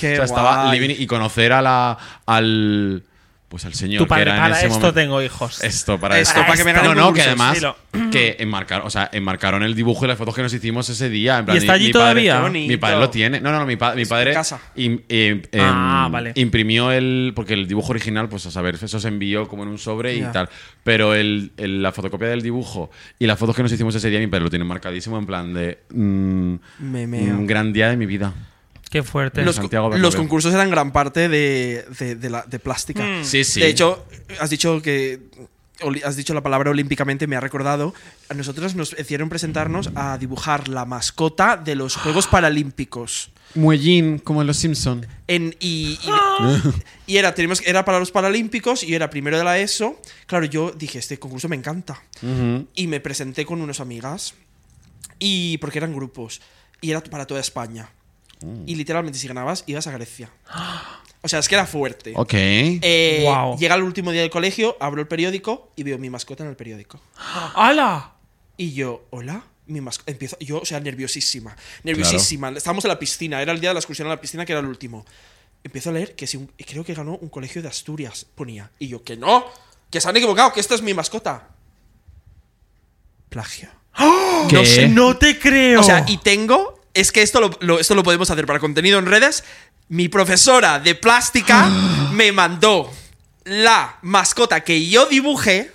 Speaker 3: Qué
Speaker 2: O sea, estaba
Speaker 3: guay.
Speaker 2: living y conocer a la, al. pues, Pues el señor
Speaker 1: Tu padre,
Speaker 2: que era en
Speaker 1: para
Speaker 2: ese
Speaker 1: esto
Speaker 2: momento-
Speaker 1: tengo hijos.
Speaker 2: Esto, para
Speaker 3: Esto,
Speaker 2: esto.
Speaker 3: para que me hagan
Speaker 2: No, no, que
Speaker 3: impulsos,
Speaker 2: además
Speaker 1: dilo.
Speaker 2: que enmarcaron, o sea, enmarcaron el dibujo y las fotos que nos hicimos ese día. En plan,
Speaker 1: ¿Y está
Speaker 2: mi-
Speaker 1: allí
Speaker 2: mi padre-
Speaker 1: todavía?
Speaker 3: Qué
Speaker 2: mi
Speaker 3: bonito.
Speaker 2: padre lo tiene. No, no, no mi, pa- mi
Speaker 3: Es
Speaker 2: padre
Speaker 3: en casa.
Speaker 2: im- em- em-
Speaker 1: Ah, vale.
Speaker 2: imprimió el. Porque el dibujo original, pues a saber, eso se envió como en un sobre
Speaker 3: Ya.
Speaker 2: y tal. Pero el- el- la fotocopia del dibujo y las fotos que nos hicimos ese día, mi padre lo tiene marcadísimo en plan de. mm,
Speaker 3: Me meo.
Speaker 2: Un gran día de mi vida.
Speaker 3: Mm.
Speaker 1: Qué fuerte.
Speaker 2: en
Speaker 3: Los,
Speaker 2: Santiago
Speaker 3: los
Speaker 2: Bernabéu.
Speaker 3: concursos eran gran parte de, de- de la- de plástica.
Speaker 1: Mm.
Speaker 2: Sí, sí.
Speaker 3: De hecho, has dicho que oli- has dicho la palabra olímpicamente, me ha recordado. A nosotros nos hicieron presentarnos a dibujar la mascota de los Juegos Paralímpicos.
Speaker 2: Muellín, como en Los Simpson.
Speaker 3: En, y, y- y era, teníamos, que- era para los Paralímpicos y era primero de la ESO. Claro, yo dije, este concurso me encanta. Y me presenté con unas amigas. Y porque eran grupos. Y era para toda España. Y literalmente, si ganabas, ibas a Grecia. O sea, es que era fuerte.
Speaker 2: Ok.
Speaker 3: Eh,
Speaker 1: Guau.
Speaker 3: Llega el último día del colegio, abro el periódico y veo mi mascota en el periódico.
Speaker 1: ¡Hala!
Speaker 3: Y yo, hola, mi mascota. Empiezo, yo, o sea, nerviosísima. Nerviosísima. Estábamos en la piscina, era el día de la excursión a la piscina, que era el último. Empiezo a leer que si un- creo que ganó un colegio de Asturias, ponía. Y yo, que no, que se han equivocado, que esta es mi mascota. Plagio.
Speaker 2: ¿Qué?
Speaker 1: No, sé, no te creo.
Speaker 3: O sea, y tengo, es que esto lo, lo- esto lo podemos hacer para contenido en redes. Mi profesora de plástica me mandó la mascota que yo dibujé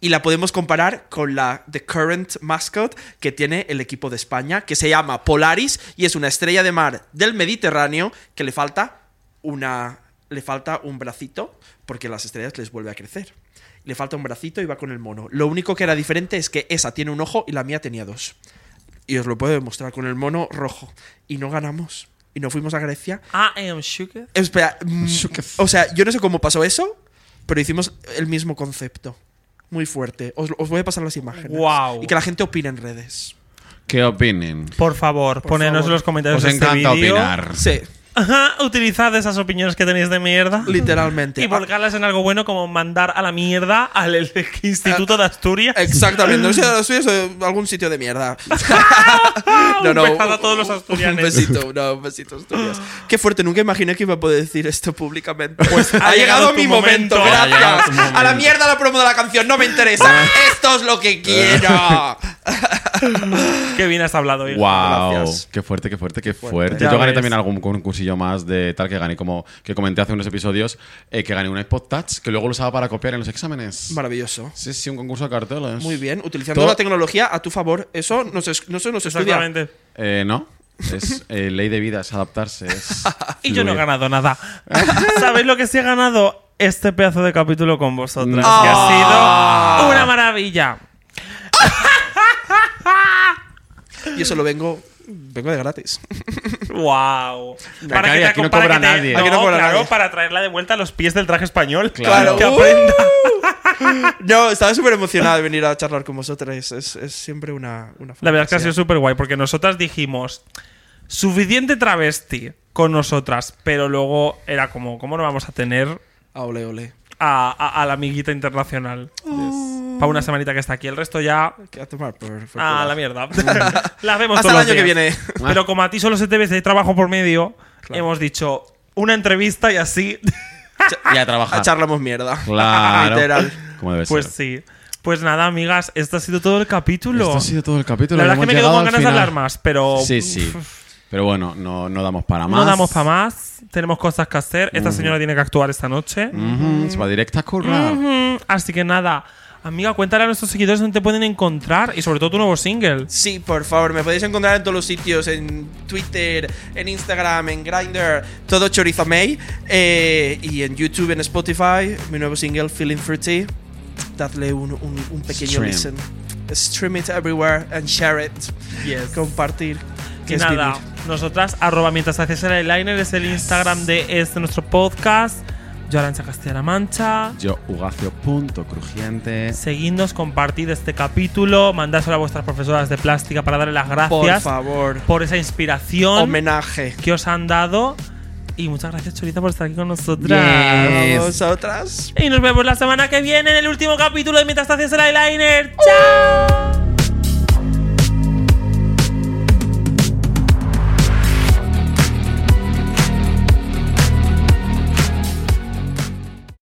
Speaker 3: y la podemos comparar con la The Current Mascot que tiene el equipo de España, que se llama Polaris y es una estrella de mar del Mediterráneo que le falta una le falta un bracito porque las estrellas les vuelve a crecer. Le falta un bracito y va con el mono. Lo único que era diferente es que esa tiene un ojo y la mía tenía dos. Y os lo puedo demostrar con el mono rojo. Y no ganamos. Y no fuimos a Grecia.
Speaker 1: I am shooketh.
Speaker 3: Espera, mm, o sea, yo no sé cómo pasó eso, pero hicimos el mismo concepto. Muy fuerte. Os, os voy a pasar las imágenes.
Speaker 1: Guau.
Speaker 3: Y que la gente opine en redes.
Speaker 2: ¿Qué opinen?
Speaker 1: Por favor, ponenos
Speaker 3: favor.
Speaker 1: en los comentarios
Speaker 2: Os
Speaker 1: de este
Speaker 2: encanta
Speaker 1: vídeo.
Speaker 2: opinar.
Speaker 3: Sí,
Speaker 1: Ajá, utilizad esas opiniones que tenéis de mierda.
Speaker 3: literalmente.
Speaker 1: Y volcarlas en algo bueno como mandar a la mierda al el- el Instituto de Asturias.
Speaker 3: Ah, Exactamente. No sé, no sé, soy de algún sitio de mierda. no,
Speaker 1: ¡Ah!
Speaker 3: no.
Speaker 1: Un besado a todos los asturianos.
Speaker 3: Un besito, no, un besito, Asturias. Qué fuerte, nunca imaginé que iba a poder decir esto públicamente. Pues
Speaker 1: ha
Speaker 3: ha
Speaker 1: llegado
Speaker 3: llegado mi
Speaker 1: tu
Speaker 3: momento,
Speaker 1: momento. Ah.
Speaker 2: Ha llegado
Speaker 3: gracias.
Speaker 2: tu momento.
Speaker 3: A la mierda la promo de la canción, no me interesa. esto es lo que quiero.
Speaker 1: Qué bien has hablado, hijo.
Speaker 2: Wow,
Speaker 3: Gracias.
Speaker 2: qué fuerte, qué fuerte, qué fuerte.
Speaker 1: Ya
Speaker 2: Yo gané
Speaker 1: ves.
Speaker 2: también algún concursillo más de tal que gané, como que comenté hace unos episodios, eh, que gané un iPod Touch que luego lo usaba para copiar en los exámenes.
Speaker 3: Maravilloso.
Speaker 2: Sí, sí, un concurso de carteles.
Speaker 3: Muy bien, utilizando
Speaker 2: Todo-
Speaker 3: la tecnología a tu favor. Eso no se, no se nos estudia.
Speaker 1: Exactamente.
Speaker 2: Eh, no, es eh, ley de vida, es adaptarse. es
Speaker 1: Y yo no he
Speaker 2: fluir.
Speaker 1: ganado nada. ¿Sabéis lo que sí he ganado? Este pedazo de capítulo con vosotras. Que ha
Speaker 3: Ah.
Speaker 1: sido una maravilla.
Speaker 3: Y eso lo vengo, vengo de gratis.
Speaker 1: Wow.
Speaker 2: Cari, aquí no
Speaker 1: para
Speaker 2: cobra
Speaker 1: que
Speaker 2: nadie.
Speaker 1: No,
Speaker 3: Aquí no cobra
Speaker 1: claro,
Speaker 3: nadie.
Speaker 1: para traerla de vuelta a los pies del traje español.
Speaker 2: Claro.
Speaker 1: Que
Speaker 3: Claro.
Speaker 1: aprenda.
Speaker 3: No, estaba súper emocionada de venir a charlar con vosotros. Es, es siempre una, una
Speaker 1: La verdad es que ha sido
Speaker 3: fantasía.
Speaker 1: súper guay porque nosotras dijimos suficiente travesti con nosotras, pero luego era como, ¿cómo no vamos a tener
Speaker 3: Ah, ole, ole.
Speaker 1: a, a- a la amiguita internacional? Para una semanita que está aquí, el resto ya
Speaker 3: Que a tomar por- por
Speaker 1: a
Speaker 3: culo.
Speaker 1: Ah, la mierda. Las vemos
Speaker 3: Pues Hasta
Speaker 1: todos
Speaker 3: el
Speaker 1: los
Speaker 3: año que
Speaker 1: días.
Speaker 3: viene.
Speaker 1: Pero como a ti solo se te ve si hay trabajo por medio,
Speaker 3: Claro.
Speaker 1: hemos dicho una entrevista y así,
Speaker 2: Y a trabajar.
Speaker 3: Ah, charlamos mierda.
Speaker 2: Claro.
Speaker 3: Literal.
Speaker 2: Como debe
Speaker 1: pues
Speaker 2: ser.
Speaker 1: sí. Pues nada, amigas, este ha sido todo el capítulo.
Speaker 2: Esto ha sido todo el capítulo.
Speaker 1: La verdad es
Speaker 2: hemos
Speaker 1: que me quedo
Speaker 2: llegado
Speaker 1: con
Speaker 2: al
Speaker 1: ganas de
Speaker 2: final.
Speaker 1: hablar más, pero
Speaker 2: Sí, sí. Pero bueno, no, no damos para más.
Speaker 1: no damos para más. Tenemos cosas que hacer. Esta señora tiene que actuar esta noche.
Speaker 2: Ujú, se va directa a currar.
Speaker 1: Ujú. Así que nada, amiga, cuéntale a nuestros seguidores dónde te pueden encontrar y sobre todo tu nuevo single.
Speaker 3: Sí, por favor, me podéis encontrar en todos los sitios, en Twitter, en Instagram, en Grindr, todo Chorizo May, eh, y en YouTube, en Spotify, mi nuevo single, Feeling Fruity. Dadle un, un- un pequeño
Speaker 2: Stream.
Speaker 3: listen. Stream it everywhere and share it. Compartir.
Speaker 1: Y nada,
Speaker 3: vivir.
Speaker 1: nosotras, arroba mientras haces el eyeliner, es el Instagram de este nuestro podcast. Yo, Arancha Castilla-La Mancha.
Speaker 2: Yo, Ugacio, punto crujiente.
Speaker 1: Seguidnos, compartid este capítulo, mandárselo a vuestras profesoras de plástica para darle las
Speaker 3: Por
Speaker 1: gracias
Speaker 3: favor.
Speaker 1: por esa inspiración
Speaker 3: Homenaje.
Speaker 1: que os han dado. Y muchas gracias, Chorita, por estar aquí con
Speaker 2: Yes.
Speaker 1: nosotras.
Speaker 3: A vosotras.
Speaker 1: Y nos vemos la semana que viene en el último capítulo de Mientras te haces el eyeliner. ¡Chao!